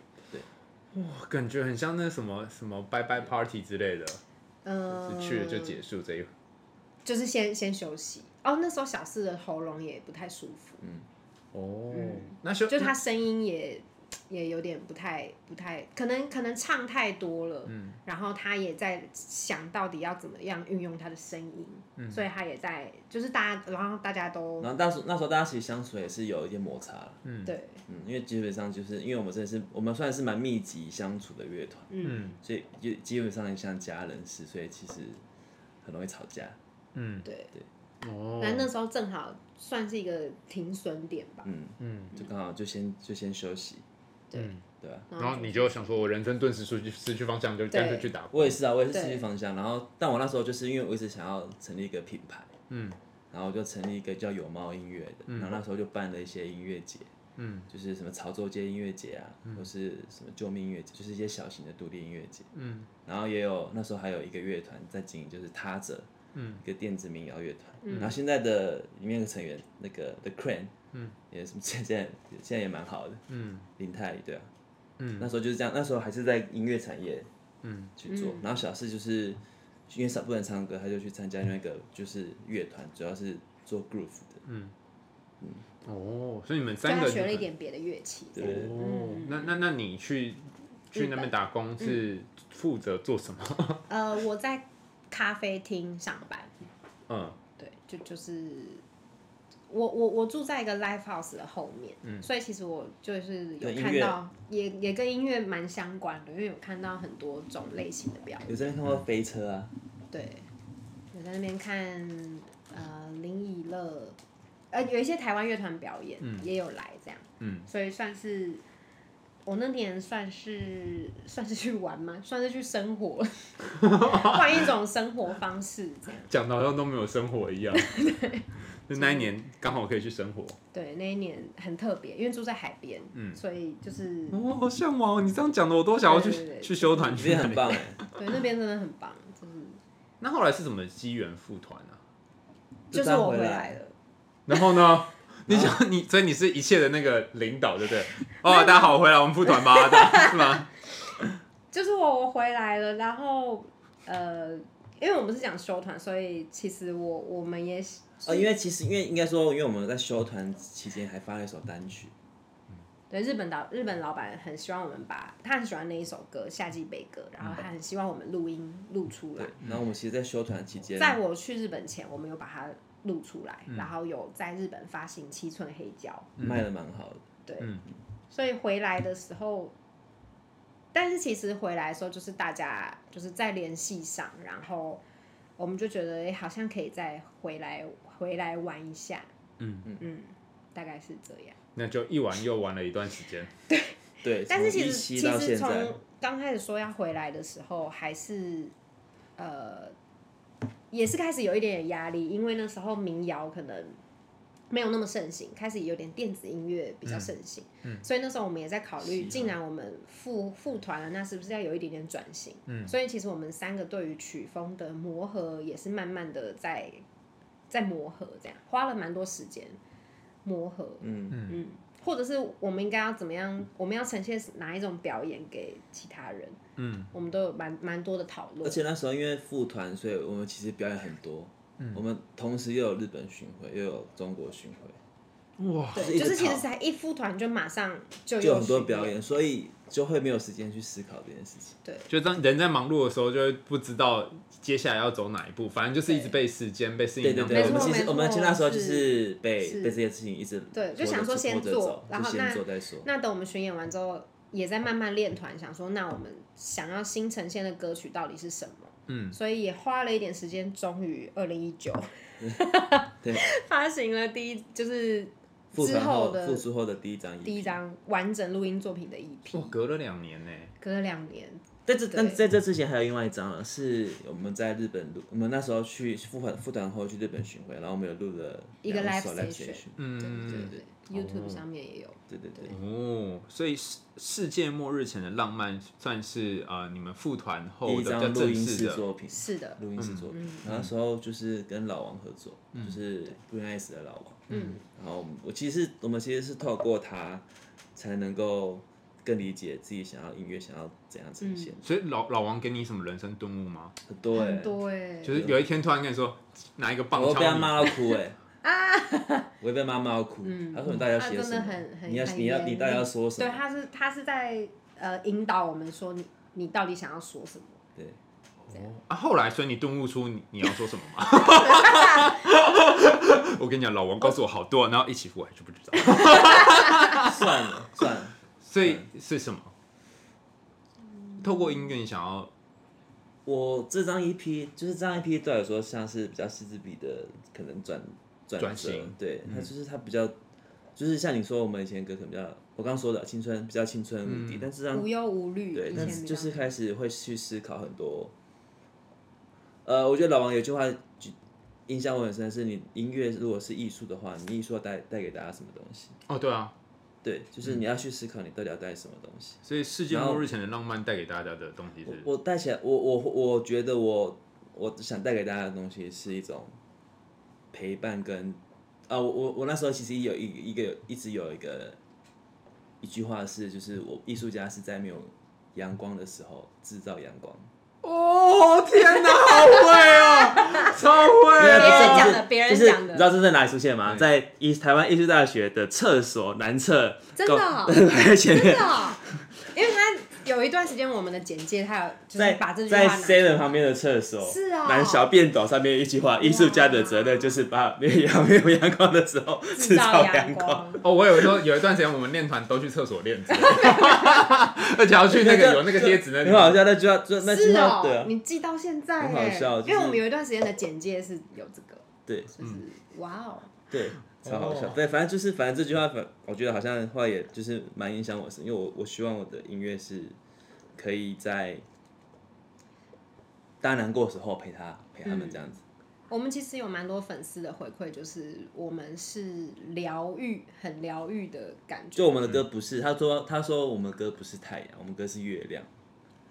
A: 哇，感觉很像那什么什么拜拜 party 之类的，
C: 嗯、
A: 就去了就结束这一。
C: 就是先先休息。哦，那时候小四的喉咙也不太舒服，
A: 哦
C: 嗯，
A: 那休
C: 就他声音也也有点不太不太，可能可能唱太多了，
A: 嗯
C: 然后他也在想到底要怎么样运用他的声音，
A: 嗯
C: 所以他也在就是大家，然后大家都
B: 然后当时那时候大家其实相处也是有一些摩擦了，
A: 嗯
C: 对，
B: 嗯，因为基本上就是因为我们真的是我们算是蛮密集相处的乐团，
C: 嗯，
A: 嗯
B: 所以就基本上也像家人似，所以其实很容易吵架，
A: 嗯
C: 对，
A: 哦
C: 反正那时候正好算是一个停损点吧，
B: 嗯，
A: 嗯
B: 就刚好就先就先休息，
A: 嗯，
B: 对啊吧、
A: 然后你就想说，我人生顿时失去失去方向，就干脆去打工。
B: 我也是啊，我也是
C: 对
B: 失去方向，然后但我那时候就是因为我一直想要成立一个品牌，
A: 嗯
B: 然后我就成立一个叫有猫音乐的，然后那时候就办了一些音乐节，
A: 嗯
B: 就是什么潮州街音乐节啊，或是什么救命音乐节，就是一些小型的独立音乐节。
A: 嗯
B: 然后也有那时候还有一个乐团在经营，就是他者，
A: 嗯，
B: 一个电子民谣乐团。然后现在的里面的成员那个 The Crane，
A: 嗯，
B: 也什么现在现在也蛮好的，
A: 嗯
B: 林泰对啊，
A: 嗯
B: 那时候就是这样，那时候还是在音乐产业
A: 嗯
B: 去做。然后小四就是因为少不能唱歌，他就去参加那个就是乐团，主要是做 groove 的。
A: 哦，所以你们
C: 所以
A: 三
C: 他
A: 个
C: 学了一点嗯别的乐器，这样
B: 对
A: 哦，那那那你去去那边打
C: 嗯
A: 工是负责做什么？
C: 呃，我在咖啡厅上班，
A: 嗯
C: 对，就就是我我我住在一个 live house 的后面，所以其实我就是有
B: 跟嗯音
C: 看
B: 乐
C: 到，也也跟音乐蛮相关的，因为有看到很多种类型的表演，
B: 有这边看过飞车啊，
C: 对，有在那边看呃林以乐，呃有一些台湾乐团表演、也有来这样，
A: 嗯
C: 所以算是。我那年算是算是去玩吗？算是去生活， 换一种生活方式这样。
A: 讲的好像都没有生活一 样。就那一年刚好可以去生活，
C: 对，那一年很特别，因为住在海边，
A: 嗯
C: 所以就是
A: 我好向往哦！你这样讲的，我都想要
C: 对对
A: 去
C: 对
A: 去修团
B: 你
A: 去
B: 这
A: 那
B: 很
A: 里。
B: 棒哎、
C: 对那边真的很棒，就是
A: 那后来是怎么机缘复团啊？
C: 就
B: 就是搬
C: 我
B: 回来
C: 来了，
A: 然后呢？ 你想你，所以你是一切的那个领导， 对不对？哦，大家好，我回来我们复团吧，这样 是吗？
C: 就是我我回来了，然后呃，因为我们是讲修团，所以其实我我们也
B: 哦，因为其实因为应该说，因为我们在修团期间还发了一首单曲，
C: 对日本导日本老板很希望我们把他很喜欢那一首歌《夏季悲歌》，
B: 嗯
C: 然后他很希望我们录音录出来
B: 对。，然后我们其实，在修团期间，
C: 在我去日本前，我们有把它录出来，
B: 嗯
C: 然后有在日本发行七寸黑胶。
B: 卖的蛮好的，
C: 对，
A: 嗯
C: 所以回来的时候，但是其实回来的时候，就是大家就是在联系上，然后我们就觉得，哎、好像可以再回来回来玩一下，
A: 嗯，
C: 嗯，大概是这样。
A: 那就一玩又玩了一段时间。
B: 对，
C: 但是
B: 从
C: 其
B: 一
C: 实
B: 期
C: 其
B: 到
C: 实
B: 现在
C: 从，刚开始说要回来的时候，还是呃，也是开始有一点点压力，因为那时候民谣可能没有那么盛行，开始有点电子音乐
B: 嗯
C: 比较盛行，所以那时候我们也在考
B: 喜
C: 虑，
B: 欢
C: 既然我们复复团了，那是不是要有一点点转型？
A: 嗯
C: 所以其实我们三个对于曲风的磨合也是慢慢的在在磨合，这样花了蛮多时间磨合，
B: 嗯，
C: 嗯，或者是我们应该要怎么样？我们要呈现哪一种表演给其他人？
A: 嗯，
C: 我们都有蛮蛮多的讨
B: 而
C: 论。
B: 且那时候因为副团，所以我们其实表演很多，我们同时又有日本巡回，又有中国巡回，
A: 哇，
C: 对，
B: 是一
C: 就
B: 直
C: 是其
B: 吵
C: 实才一副团就马上就
B: 就
C: 有
B: 有很多
C: 巡
B: 表。演，所以就会没有时间去思考这件事情。
C: 对，
A: 就当人在忙碌的时候，就会不知道接下来要走哪一步，反正就是一直被时间、被事
B: 对
A: 情
B: 对
A: 让。
B: 对，我
C: 没
B: 们
C: 错
B: 其实
C: 没
B: 我们
C: 错
B: 其实那时候就是是被
C: 是
B: 被这些事情一直
C: 对
B: 拖
C: 就
B: 着
C: 想说
B: 走
C: 先
B: 拖着
C: 做
B: 走
C: 然
B: 就
C: 后那
B: 先做再说，
C: 那等我们巡演完之后，也在慢慢练团，想说那我们想要新呈现的歌曲到底是什么？
A: 嗯，
C: 所以也花了一点时间，终于二零一九
B: 对，
C: 发行了第一，就是
B: 复
C: 之
B: 团
C: 后
B: 后
C: 的
B: 复出后的第一张 EP，
C: 第一张完整录音作品的 EP。
A: 哦哇，隔了两年呢。
C: 隔了两年，
B: 在这
C: 对
B: 但在这之前还有另外一张了，是我们在日本录，我们那时候去复团复团后去日本巡回，然后我们有录了
C: 一个
B: 两
C: live
B: 首
C: session
B: session
A: 嗯，
C: 对对对，YouTube 上面也有。
B: 对对对，
A: 哦，所以世世界末日前的浪漫算是呃你们复团
B: 第
A: 后
B: 一
A: 的比较
B: 张录
A: 正
B: 音
A: 式
B: 室
A: 的，
B: 作品，
C: 是的，
B: 录音室作品。然后那时候就是跟老王合作，就是布宜诺斯的老王。
C: 嗯，
B: 然后我们我其实我们其实是透过他才能够更理解自己想要音乐想要怎样呈现，
A: 所以老老王给你什么人生顿悟吗？
B: 很多哎、
C: 嗯很多哎，
A: 就是有一天突然跟你说拿一个棒
B: 我会被他
A: 敲你，
B: 骂到哭哎、 我会被妈骂到哭。他说你到底要
C: 啊嗯他
B: 写
C: 真
B: 什
C: 的
B: 么
C: 很？很
B: 你要
C: 很
B: 你要
C: 严
B: 你到底要说什
C: 对，
B: 么？
C: 他是他是在呃引导我们说你你到底想要说什么。
B: 对，
A: 啊，后来所以你顿悟出你你要说什么吗？我跟你讲，老王告诉我好多，然后一起我还是不知道，
B: 算了算了，
A: 所以是什么？透过音乐你想要
B: 我这张 EP 就是这张 EP 对我来说像是比较细致笔的，可能转转
A: 转
B: 折
A: 型嗯
B: 对，它就是它比较，就是像你说我们以前的歌可能比较，我刚说的啊青春比较青春无
A: 嗯
B: 敌，但是让
C: 无忧无虑，
B: 对
C: 以，前
B: 但
C: 比
B: 是
C: 较
B: 就是开始会去思考很多。呃，我觉得老王有句话就印象我很深，是你音乐如果是艺术的话，你艺术要带带给大家什么东西？
A: 哦，对啊，
B: 对，就是
A: 嗯
B: 你要去思考你到底要带什么东西。
A: 所以世界末日前的浪漫带给大家的东西是
B: 我带起来，我我我觉得我我想带给大家的东西是一种陪伴跟啊，我我我那时候其实有一一个一直有一个一句话是，就是我艺术家是在没有阳光的时候制造阳光。
A: 哦，天哪，好会哦，超会
C: 别人
A: 哦！
C: 讲的别人
B: 就是
C: 讲的
B: 你知道这是在哪里出现吗？
A: 对
B: 在一台湾艺术大学的厕所南侧，
C: 真的哦
B: 够 排在前
C: 真
B: 面
C: 的，哦，因为他有一段时间我们的简介，他有就是
B: 在
C: 把这句
B: 在
C: 话拿
B: Seven 旁边的厕所，
C: 是哦
B: 南小便斗上面一句话：艺术家的责任就是把没有没有阳光的时候制
C: 制
B: 造
C: 造
B: 阳
C: 阳
B: 光。
C: 光，
A: 哦，我有时候有一段时间我们练团都去厕所练之类的， 而且要去那个有那个贴纸那
B: 很好
A: 里。
B: 笑，那句话就 那句
C: 是
B: 话
C: 哦，
B: 对啊，
C: 你记到现在
B: 很好
C: 耶
B: 笑就是嗯
C: 因为我们有一段时间的简介是有这个，
B: 对
C: 就是哇哦，
B: 对，超好笑。
A: 哦
B: 对，反正就是反正这句话，反我觉得好像话也就是蛮影响我的，因为我我希望我的音乐是可以在大家难过的时候陪他陪他们这样子。
C: 我们其实有蛮多粉丝的回馈，就是我们是疗愈，很疗愈的感觉，
B: 就我们的歌不是，他说他说我们的歌不是太阳，我们歌是月亮，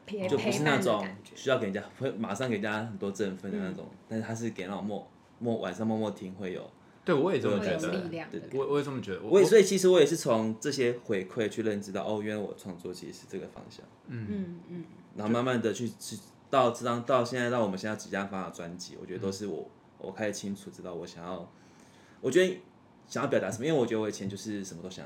C: 陪
B: 就不
C: 陪
B: 是那
C: 伴的
B: 种
C: 感觉，嗯
B: 需要给人家会马上给人家很多振奋的那种，但是他是给那种默默晚上默默听会有。
A: 对，我也这么
C: 会
A: 觉
C: 有力
A: 得，
C: 量的
B: 对
C: 感觉。
A: 我我也这么觉得。
B: 我
A: 我
B: 也所以其实我也是从这些回馈去认知到，哦，原来我创作其实是这个方向，
C: 嗯嗯，
B: 然后慢慢的去去到这张到现在到我们现在即将发的专辑，我觉得
C: 嗯
B: 都是我、我开始清楚知道我想要，我觉得想要表达什么，因为我觉得我以前就是什么都想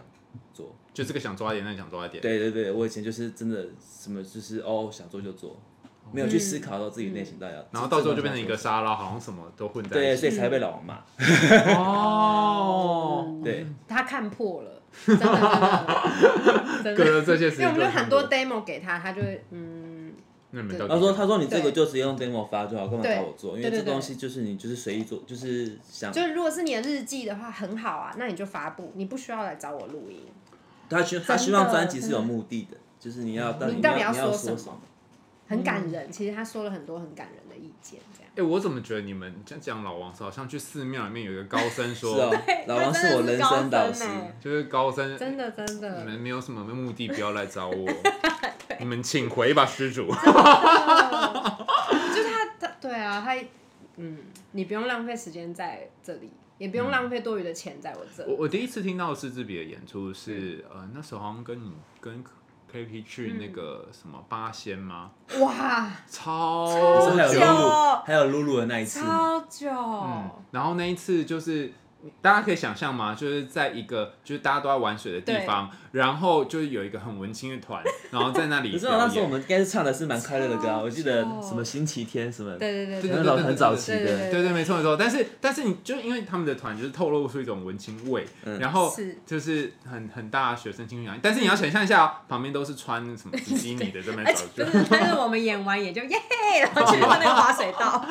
B: 做，
A: 就这个想抓一点，那个想抓一点。
B: 对对对，我以前就是真的什么就是哦想做就做，没
C: 嗯
B: 有去思考到自己内心到底要，
A: 嗯然后到最后就变成一个沙拉，好像什么都混在
B: 对，
A: 一起。
B: 所以才
C: 嗯
B: 会被老王骂，
A: 哦，
B: 对，
C: 他看破了，真 的真的真
A: 隔
C: 的，
A: 了这些时
C: 因为我
A: 间都
C: 们就
A: 看过，
C: 很多 demo 给他，他就会嗯，
A: 那你们到底
B: 他
A: 想
B: 说：“他说你这个就直接用 demo 发就好，干嘛
C: 对
B: 找我做？因为
C: 对对
B: 这
C: 对
B: 东西就是你就是随意做，就是想
C: 就是如果是你的日记的话，很好啊，那你就发布，你不需要来找我录音。
B: 他希他
C: 真的嗯
B: 希望专辑是有目的的，就是你要到底
C: 你
B: 要
C: 到底要
B: 你要
C: 说
B: 说
C: 什
B: 么？
C: 很感
A: 嗯
C: 人，其实他说了很多很感人的意见，这样。
A: 哎、我怎么觉得你们像讲老王是好像去寺庙里面有一个高僧
B: 是
A: 说，
B: 哦，老王是我人生导师
C: 他真的是高，僧欸
A: 就是高僧，
C: 真的真
A: 你
C: 的，
A: 们没有什么目的，不要来找 我，你们请回吧，施主。
C: 就是他他对啊，他嗯，你不用浪费时间在这里，也不用浪费多余的钱在我这
A: 我
C: 里。
A: 我第一次听到狮子比的演出是，
C: 嗯
A: 呃，那时候好像跟你跟 K P 去那个什么八仙吗？
C: 哇，
A: 超
B: 不
C: 超
B: 是还有
A: 久
B: 露
C: 久哦
B: 露，还有露露的那一次吗，
C: 超久，哦
A: 嗯，然后那一次就是。大家可以想象吗？就是在一个就是大家都在玩水的地方，然后就是有一个很文青的 团，然后在那里
B: 可是
A: 表
B: 哦那时候我
A: 演。
B: 们应该是唱的是蛮快乐的歌啊，
C: 超
B: 我记得
C: 久
B: 什么星期天什么，
C: 对对对
A: 对
B: 很
A: 对
B: 早
A: 对
B: 很早期
C: 对对
B: 的，
C: 对
A: 对对，没错没错。但是但是你就因为他们的团就是透露出一种文青味，
B: 嗯
A: 然后
C: 是
A: 就是很很大的学生青春洋溢。但是你要想象一下、哦，旁边都是穿什么比基尼的 这么
C: 而
A: 走
C: 且
A: 去
C: 就，是，但是我们演完也就耶，然后去逛那个滑水 道，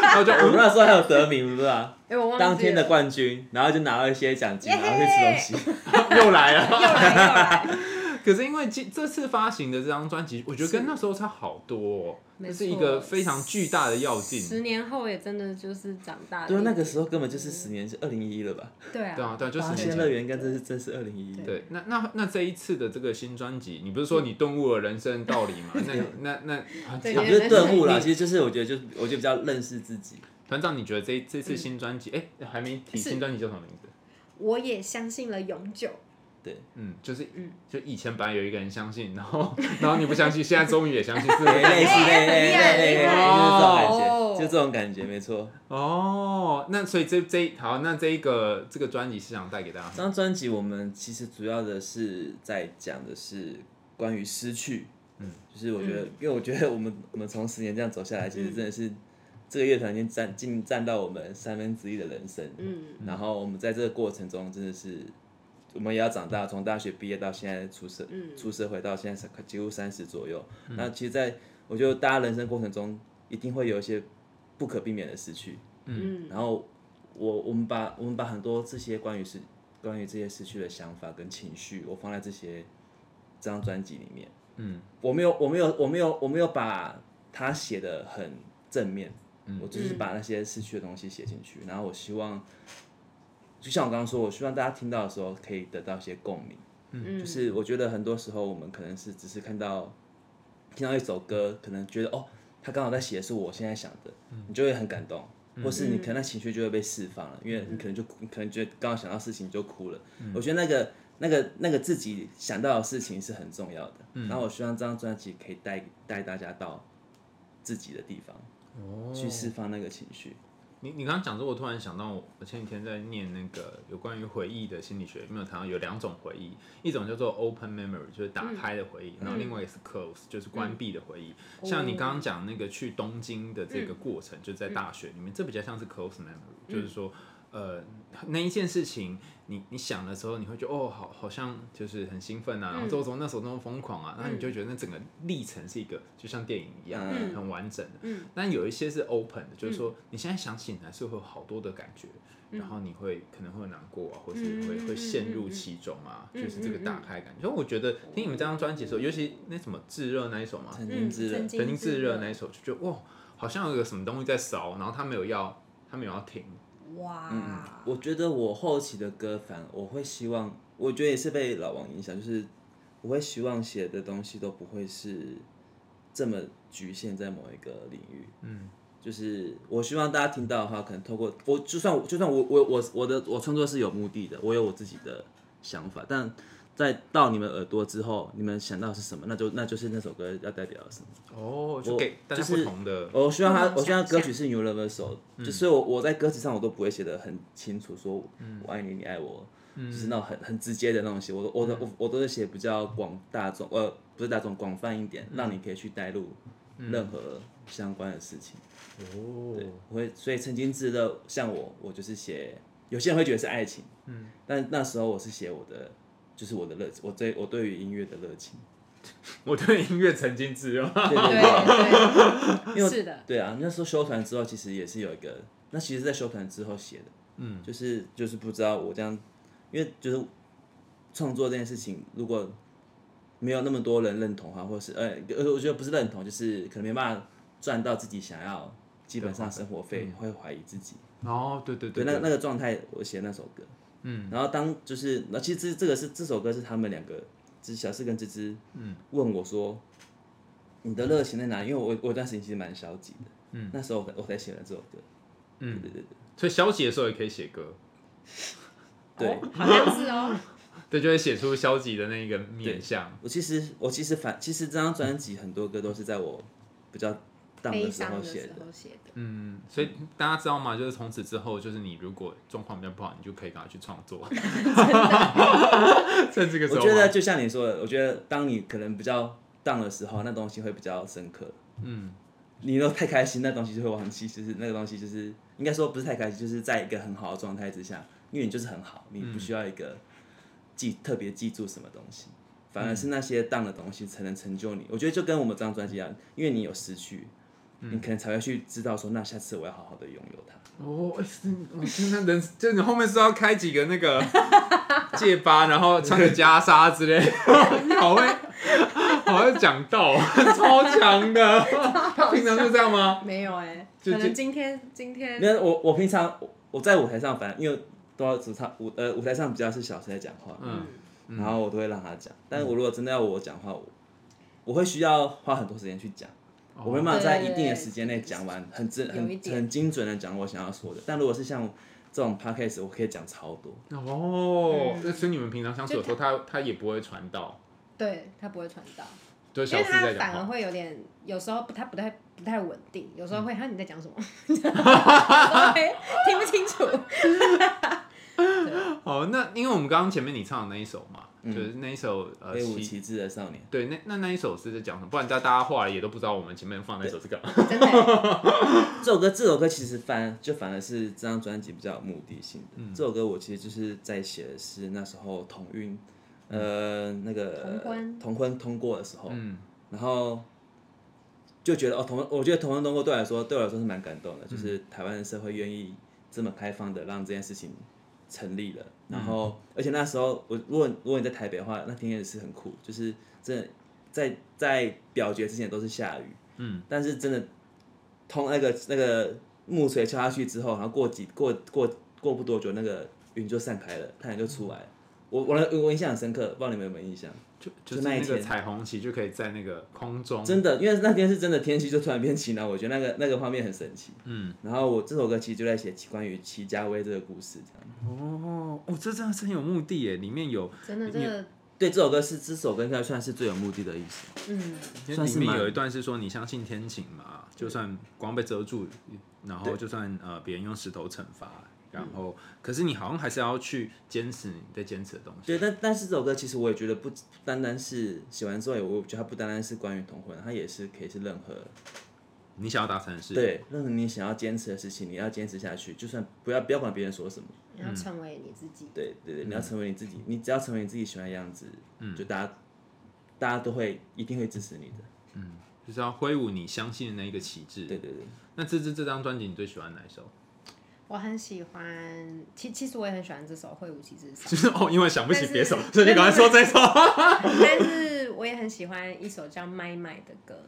A: 然后就哦
B: 我们那时候还有得名，对吧？
C: 哎，我忘记了
B: 当天的冠军，然后就拿到一些奖金，
C: 耶嘿
B: 然后去吃东西，
A: 又来了。
C: 又来又来，
A: 可是因为今这次发行的这张专辑，我觉得跟那时候差好多、哦，
C: 没
A: 这
C: 错
A: 是一个非常巨大的要进。
C: 十年后也真的就是长大了。
B: 对，啊那个时候根本就是十年，是二零一了吧？
C: 对啊，
A: 对啊，对啊，就
B: 八
A: 十
B: 仙
A: 年
B: 乐
A: 前。
B: 园应该真是真是二零一。
A: 对，那那那这一次的这个新专辑，你不是说你顿悟了人生道理吗？那那那啊
C: 对
B: 也
A: 啊
B: 不是顿悟啦，其实就是我觉得就是我觉得比较认识自己。
A: 团长，你觉得这这次新专辑，哎、还没提
C: 嗯是
A: 新专辑叫什么名字？
C: 我也相信了永久。
B: 对，
A: 嗯，就是
C: 嗯
A: 就以前本来有一个人相信，然后然后你不相信，现在终于也相信，是不
B: 类似类
A: 是？
B: 似类
C: 哎厉
B: 类
C: 害
B: 类
C: 厉
B: 类，
C: 害
B: 就是这种感
C: 哦
B: 觉，就这种感觉，没错。
A: 哦，那所以这这一好，那这一个这个专辑是想带给大家
B: 这张专辑我们其实主要的是在讲的是关于失去，嗯，就是我觉得，因为我觉得我们我们从十年这样走下来，其实
C: 嗯
B: 真的是这个乐团已经占进占到我们三分之一的人生，
C: 嗯，
B: 然后我们在这个过程中真的是。我们也要长大，从大学毕业到现在出社、
C: 嗯
B: 出社会到现在是几乎三十左右。那其实在我觉得大家人生过程中一定会有一些不可避免的失去，
C: 嗯
B: 然后我我们把我们把很多这些关于失关于这些失去的想法跟情绪，我放在这些这张专辑里面。
A: 嗯，
B: 我没有我没有我没有我没有把它写的很正面，
A: 嗯
B: 我就是把那些失去的东西写进去。然后我希望，就像我刚刚说，我希望大家听到的时候可以得到一些共鸣。
C: 嗯，
B: 就是我觉得很多时候我们可能是只是看到听到一首歌，可能觉得哦，他刚好在写的是我现在想的，你就会很感动，或是你可能那情绪就会被释放了，因为你可能就你可能觉得刚好想到事情你就哭了。我觉得那个那个那个自己想到的事情是很重要的。然后我希望这张专辑可以带带大家到自己的地方
A: 哦
B: 去释放那个情绪。
A: 你你刚刚讲这，我突然想到，我我前几天在念那个有关于回忆的心理学，有没有谈到有两种回忆，一种叫做 open memory，就是打开的回忆，然后另外一个是 close，就是关闭的回忆。像你刚刚讲那个去东京的这个过程，就在大学里面，这比较像是 close memory，、就是说，呃，那一件事情，你你想的时候，你会觉得哦，好，好像就是很兴奋啊，然后周总那时候那么疯狂啊，然后你就觉得那整个历程是一个就像电影一样、
B: 嗯
A: 呃很完整的。
C: 嗯
A: 但有一些是 open 的，就是说你现在想起来是会有好多的感觉，然后你会可能会有难过啊，或是会
C: 嗯
A: 会陷入其中啊，
C: 嗯
A: 就是这个打开感觉。所以我觉得听你们这张专辑的时候，尤其那什么炙热那一首嘛，
B: 曾
C: 嗯，
B: 经之人，
A: 曾经炙热那一首，就觉得哇，好像有个什么东西在烧，然后他没有要，他没有要停。
C: 哇，
B: 嗯，我觉得我后期的歌，反而我会希望，我觉得也是被老王影响，就是我会希望写的东西都不会是这么局限在某一个领域。嗯，就是我希望大家听到的话，可能透过我，就算就算我我我我的我创作是有目的的，我有我自己的想法，但在到你们耳朵之后，你们想到是什么，那就那就是那首歌要代表什么。
A: 哦，就给大家
B: 就
A: 不
B: 是
A: 同的，
B: 我希望
C: 不
B: 他，
C: 能
B: 我希望
C: 想
B: 歌曲是 universal，、就所以我我在歌词上我都不会写的很清楚，说我爱你，你爱我，就是那种很很直接的那种写，我都我都我我都是写比较广大众，呃，不是大众，广泛一点，让你可以去带入任何相关的事情。
A: 哦，
B: 我会，所以曾经炙热，像我，我就是写，有些人会觉得是爱情，嗯，但那时候我是写我的，就是我的热情，我对我对于音乐的热情，
A: 我对音乐曾经炙热，
B: 对对对。
C: 对对，
B: 因为
C: 是的
B: 对啊，那时候休团之后，其实也是有一个，那其实，在休团之后写的，嗯，就是就是不知道我这样，因为就是创作这件事情，如果没有那么多人认同啊，或是呃，呃，我觉得不是认同，就是可能没办法赚到自己想要，基本上生活费会怀疑自己，
A: 哦，对对
B: 对，
A: 对
B: 那那个状态，我写那首歌，嗯，然后当就是，那其实这这个是这首歌是他们两个，就是小四跟芝芝，嗯，问我说，你的热情在哪里？因为我我有段时间其实蛮消极的，嗯，那时候我才我才写了这首歌，嗯，对对
A: 所以消极的时候也可以写歌，
B: 对，对
C: 哦好像是哦，
A: 对，就会写出消极的那个面相。
B: 我其实我其实反其实这张专辑很多歌都是在我比较 down
C: 悲
B: 时
C: 伤
B: 候
C: 的
B: 写
C: 时
B: 的，
C: 候写的，
A: 嗯，所以大家知道吗？就是从此之后，就是你如果状况比较不好，你就可以赶快去创作。 在这个时候
B: 我
A: 吗，
B: 觉得就像你说的，我觉得当你可能比较 down 的时候，那东西会比较深刻。嗯，你都太开心，那东西就会忘记。就是那个东西，就是应该说不是太开心，就是在一个很好的状态之下，因为你就是很好，你不需要一个记、特别记住什么东西，
A: 嗯
B: 反而是那些 down 的东西才能成就你。我觉得就跟我们这张专辑一样，因为你有失去。
A: 嗯
B: 你可能才会去知道说，那下次我要好好的拥有它。
A: 哦，哎是我现在人，就你后面是要开几个那个戒疤，然后穿着袈裟之 类的，好会，好会讲道，超强的。他平常就这样吗？
C: 没有哎，
A: 就
C: 可
A: 就
C: 能今天今天
B: 那我我平常我我在舞台上，反正因为都要主唱舞呃舞台上比较是小声在讲话，
A: 嗯，
B: 然后我都会让他讲。但是我如果真的要我讲话，我我会需要花很多时间去讲，我没办法在一定的时间内讲完，很精
C: 有一
B: 很
C: 点
B: 很精准的讲我想要说的。但如果是像这种 podcast，我可以讲超多。
A: 哦
C: 嗯，
A: 那所以你们平常相处的时候，他他也不会传道，
C: 对他不会传到，
A: 就是
C: 因
A: 小四
C: 为他
A: 在讲
C: 反而
A: 话。
C: 会有点，有时候不他不太不太稳定，有
B: 嗯
C: 时候会哈你在讲什 么， 听不清楚。
A: 好，哦那因为我们刚刚前面你唱的那一首嘛，
C: 嗯
A: 就是那一首呃
B: 威武
A: 西。
B: 旗帜的少年，
A: 对，那那那一首是在讲什么？不然大大家话也都不知道我们前面放那首是干嘛。
C: 真的欸，
B: 这首歌这首歌其实反就反而是这张专辑比较有目的性的。
A: 嗯
B: 这首歌我其实就是在写的是那时候同运，呃，那个
C: 同婚
B: 同婚通过的时候，
A: 嗯
B: 然后就觉得哦，同我觉得同婚通过对我来说，对我来说是蛮感动的，
A: 嗯
B: 就是台湾的社会愿意这么开放的让这件事情成立了。然
A: 嗯
B: 后，而且那时候我如果如果你在台北的话，那天也是很酷，就是真的在在表决之前都是下雨，
A: 嗯，
B: 但是真的通那个那个木锤敲下去之后，然后过几过过过不多久，那个云就散开了，太阳就出来了。我我我印象很深刻，不知道你们有没有印象？
A: 就就
B: 就
A: 是
B: 那一
A: 那个
B: 天
A: 彩虹旗就可以在那个空中，
B: 真的，因为那天是真的天气就突然变晴朗，我觉得那个那个画面很神奇。
A: 嗯，
B: 然后我这首歌其实就在写关于齐家威这个故事，这样。
A: 哦哦，这真的是很有目的耶，里面有
C: 真的真的，
B: 对，这首歌是这首歌应该算是最有目的的一首。
C: 嗯，
A: 因为
B: 算
A: 里
B: 是
A: 面
B: 蛮
A: 有一段是说你相信天晴嘛，就算光被遮住，然后就算呃别人用石头惩罚，然
B: 嗯
A: 后可是你好像还是要去坚持你在坚持的东西。
B: 对，但但是这首歌其实我也觉得不单单是写完之后，我觉得它不单单是关于同婚，它也是可以是任何
A: 你想要达成的事，，
B: 对任何你想要坚持的事情，你要坚持下去，就算不要不要管别人说什么。
C: 然
A: 嗯
C: 后成为你自己，
B: 对对对，你要成为你自己，你只要成为你自己喜欢的样子，嗯，就大家大家都会一定会支持你的。
A: 就是要挥舞你相信的那一个旗帜。
B: 对对对。
A: 那这支这张专辑你最喜欢哪一首？
C: 我很喜欢，其其实我也很喜欢这首《会武旗帜上
A: 就》，是哦，因为想不起别 首
C: 但，是
A: 所以就赶快说这首。
C: 但是我也很喜欢一首叫《麦麦》的歌，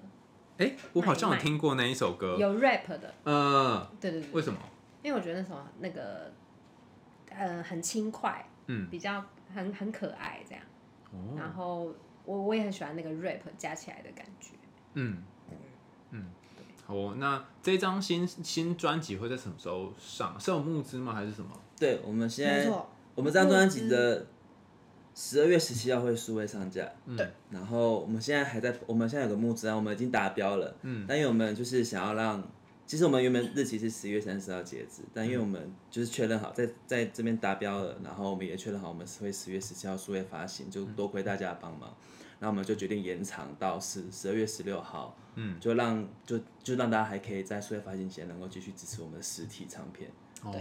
A: 哎、我好像有听过那一首歌，
C: 有 rap 的，
A: 呃，
C: 对对对，
A: 为什么？
C: 因为我觉得那首那个，呃，很轻快，
A: 嗯，
C: 比较很很可爱这样，
A: 哦，
C: 然后我我也很喜欢那个 rap 加起来的感觉。
A: 嗯嗯，好哦、那这张新新专辑会在什么时候上？是有募资吗？还是什么？
B: 对，我们现
C: 没
B: 在
C: 错嗯
B: 我们这张专辑的十二月十七号会数位上架，
A: 嗯
C: 对，
B: 然后我们现在还在，我们现在有个募资啊，我们已经达标了，嗯，但因为我们就是想要让，其实我们原本日期是十一月三十号截止，但因为我们就是确认好在在这边达标了，然后我们也确认好我们是会十月十七号数位发行，就多亏大家的帮忙，那我们就决定延长到十十二月十六号，嗯，就让就就让大家还可以在数位发行前能够继续支持我们的实体唱片。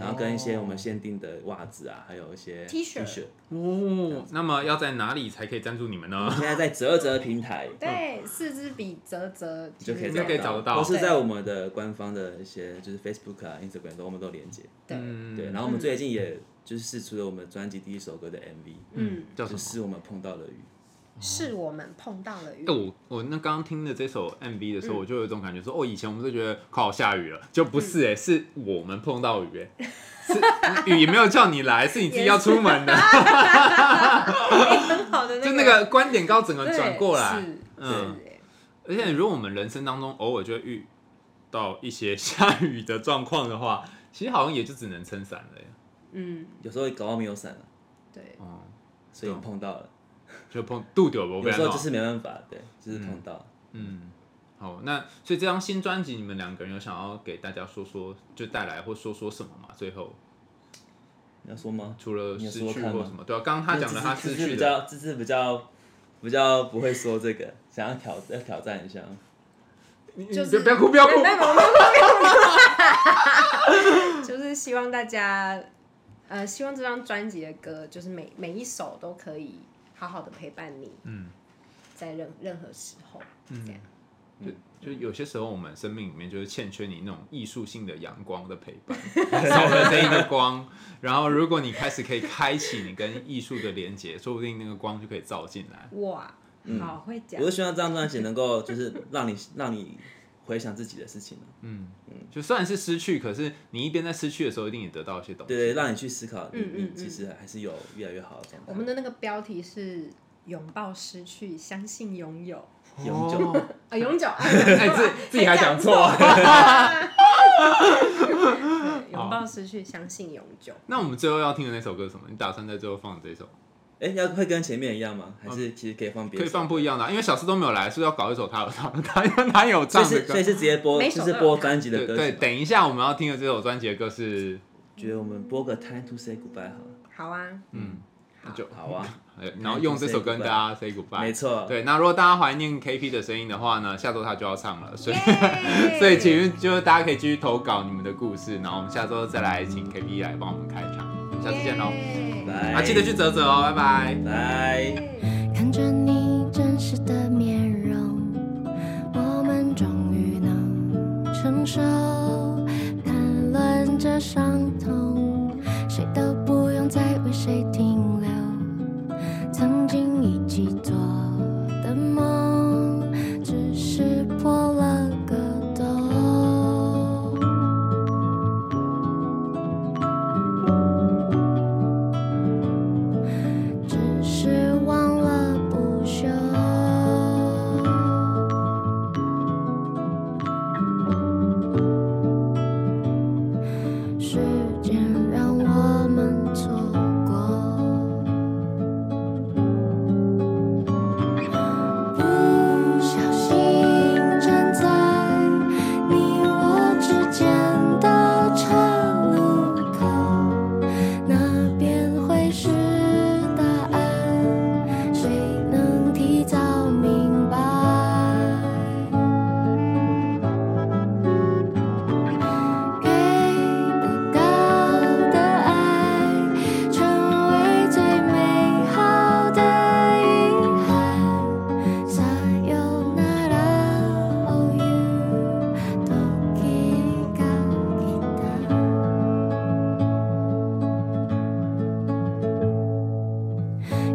B: 然后跟一些我们限定的袜子啊，还有一些
C: T 恤
A: 哦，那么要在哪里才可以赞助你们
B: 我
A: 呢？
B: 们现在在折折平台
C: 对，四支笔折折
B: 就可以
A: 应该可以找得到
B: 或是在我们的官方的一些就是 Facebook 啊、Instagram 都我们都有连接。
C: 对，
A: 嗯
B: 对，然后我们最近也就是试出了我们专辑第一首歌的 MV，
C: 嗯，
A: 叫什
B: 就
A: 么？
B: 是我们碰到了雨。
C: 是我们碰到了雨
A: 哎、。我我那刚刚听的这首 MV 的时
C: 嗯
A: 候，我就有一种感觉说，哦，以前我们都觉得靠下雨了，就不是
C: 嗯
A: 哎、是我们碰到雨哎、是雨也没有叫你来，是你自己要出门的，
C: 哎很 好的
A: 就
C: 那
A: 那个观点刚整个
C: 对
A: 转过来
C: 是。
A: 嗯
C: 是哎
A: 而且，如果我们人生当中偶尔就会遇到一些 下雨的状况的话，其实好像也就只能撑伞了耶。
C: 嗯，
B: 有时候搞到没有伞了、
C: 对，
A: 哦、
B: 所以碰到了。
A: 就碰度丢我
B: 有
A: 被
B: 时候就是没办法，对，就是碰到。
A: 嗯，好，那所以这张新专辑，你们两个人有想要给大家说说，就带来或说说什么嘛？最后
B: 你要说吗？
A: 除了
B: 你有
A: 失
B: 说
A: 去
B: 看
A: 或
B: 吗
A: 什么，对啊，刚刚他讲的他
B: 这
A: 失
B: 次
A: 去
B: 比
A: 的，
B: 较，这次比较比较不会说这个，想要挑要挑战一下。
A: 你你
C: 就是
A: 不要哭，不要哭
C: 没有，没有没有没有没有 就是希望大家，呃，希望这张专辑的歌，就是每每一首都可以好好的陪伴你，
A: 嗯，
C: 在任任何时候，这样，
A: 就有些时候，我们生命里面就是欠缺你那种艺术性的阳光的陪 伴，少了这一个光。然后，如果你开始可以开启你跟艺术的连接，说不定那个光就可以照进来。
C: 哇，
A: 嗯
C: 好会讲
B: 我，是希望这张专辑能够就是让你让你回想自己的事情，啊
A: 就虽然是失去，可是你一边在失去的时候，一定也得到一些东西。
B: 对对，让你去思考，你
C: 嗯嗯
B: 你其实还是有越来越好的状态。
C: 我们的那个标题是“拥抱失去，相信拥有
B: 永久
A: 哦”
C: 啊，永久，哎，
A: 哎自自己还讲错
C: 对拥抱失去，相信永久。
A: 那我们最后要听的那首歌是什么？你打算在最后放这首？
B: 哎，要会跟前面一样吗？还是其实可以放
A: 哦
B: 别
A: 可
B: 的？
A: 以放不一样的啊、因为小四都没有来，是不是要搞一首他有唱，他他有唱
B: 所以
A: 的
B: 是
A: 歌
B: 所以。是直接播，
C: 每
B: 就
C: 首都
B: 是
C: 有
B: 播专辑的
A: 对
B: 歌
A: 对，
B: 曲吗。
A: 等一下我们要听的这首专辑的歌是，
B: 觉得我们播个《Time to Say Goodbye》好了。
C: 好啊，
A: 嗯，那就
B: 好啊，
A: 呃然后用这首跟大家 say goodbye。
B: 没错，
A: 对，那如果大家怀念 KP 的声音的话呢，下周他就要唱了，所以
C: 耶
A: 所以请问就是大家可以继续投稿你们的故事，然后我们下周再来请 KP 来帮我们开场，下次见喽，
C: 耶
B: 拜
A: 啊，记得去泽泽哦，拜拜。
B: 拜。
D: 看着你真实的面容，我们终于能承受，谈论着伤痛，谁都不用再为谁停留。曾经一起做的梦，只是破了个洞。只是忘了不休。时间让我们错过，不小心站在你我之间的岔路口。那边会是答案，谁能提早明白？给不到的爱，成为最美好的遗憾。Sayonara, oh you, toki ga kita.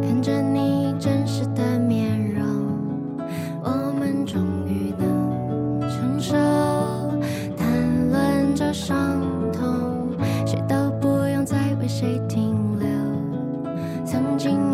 D: 看着你真实的面容，我们终于能承受，谈论着伤痛，谁都不用再为谁停留。曾经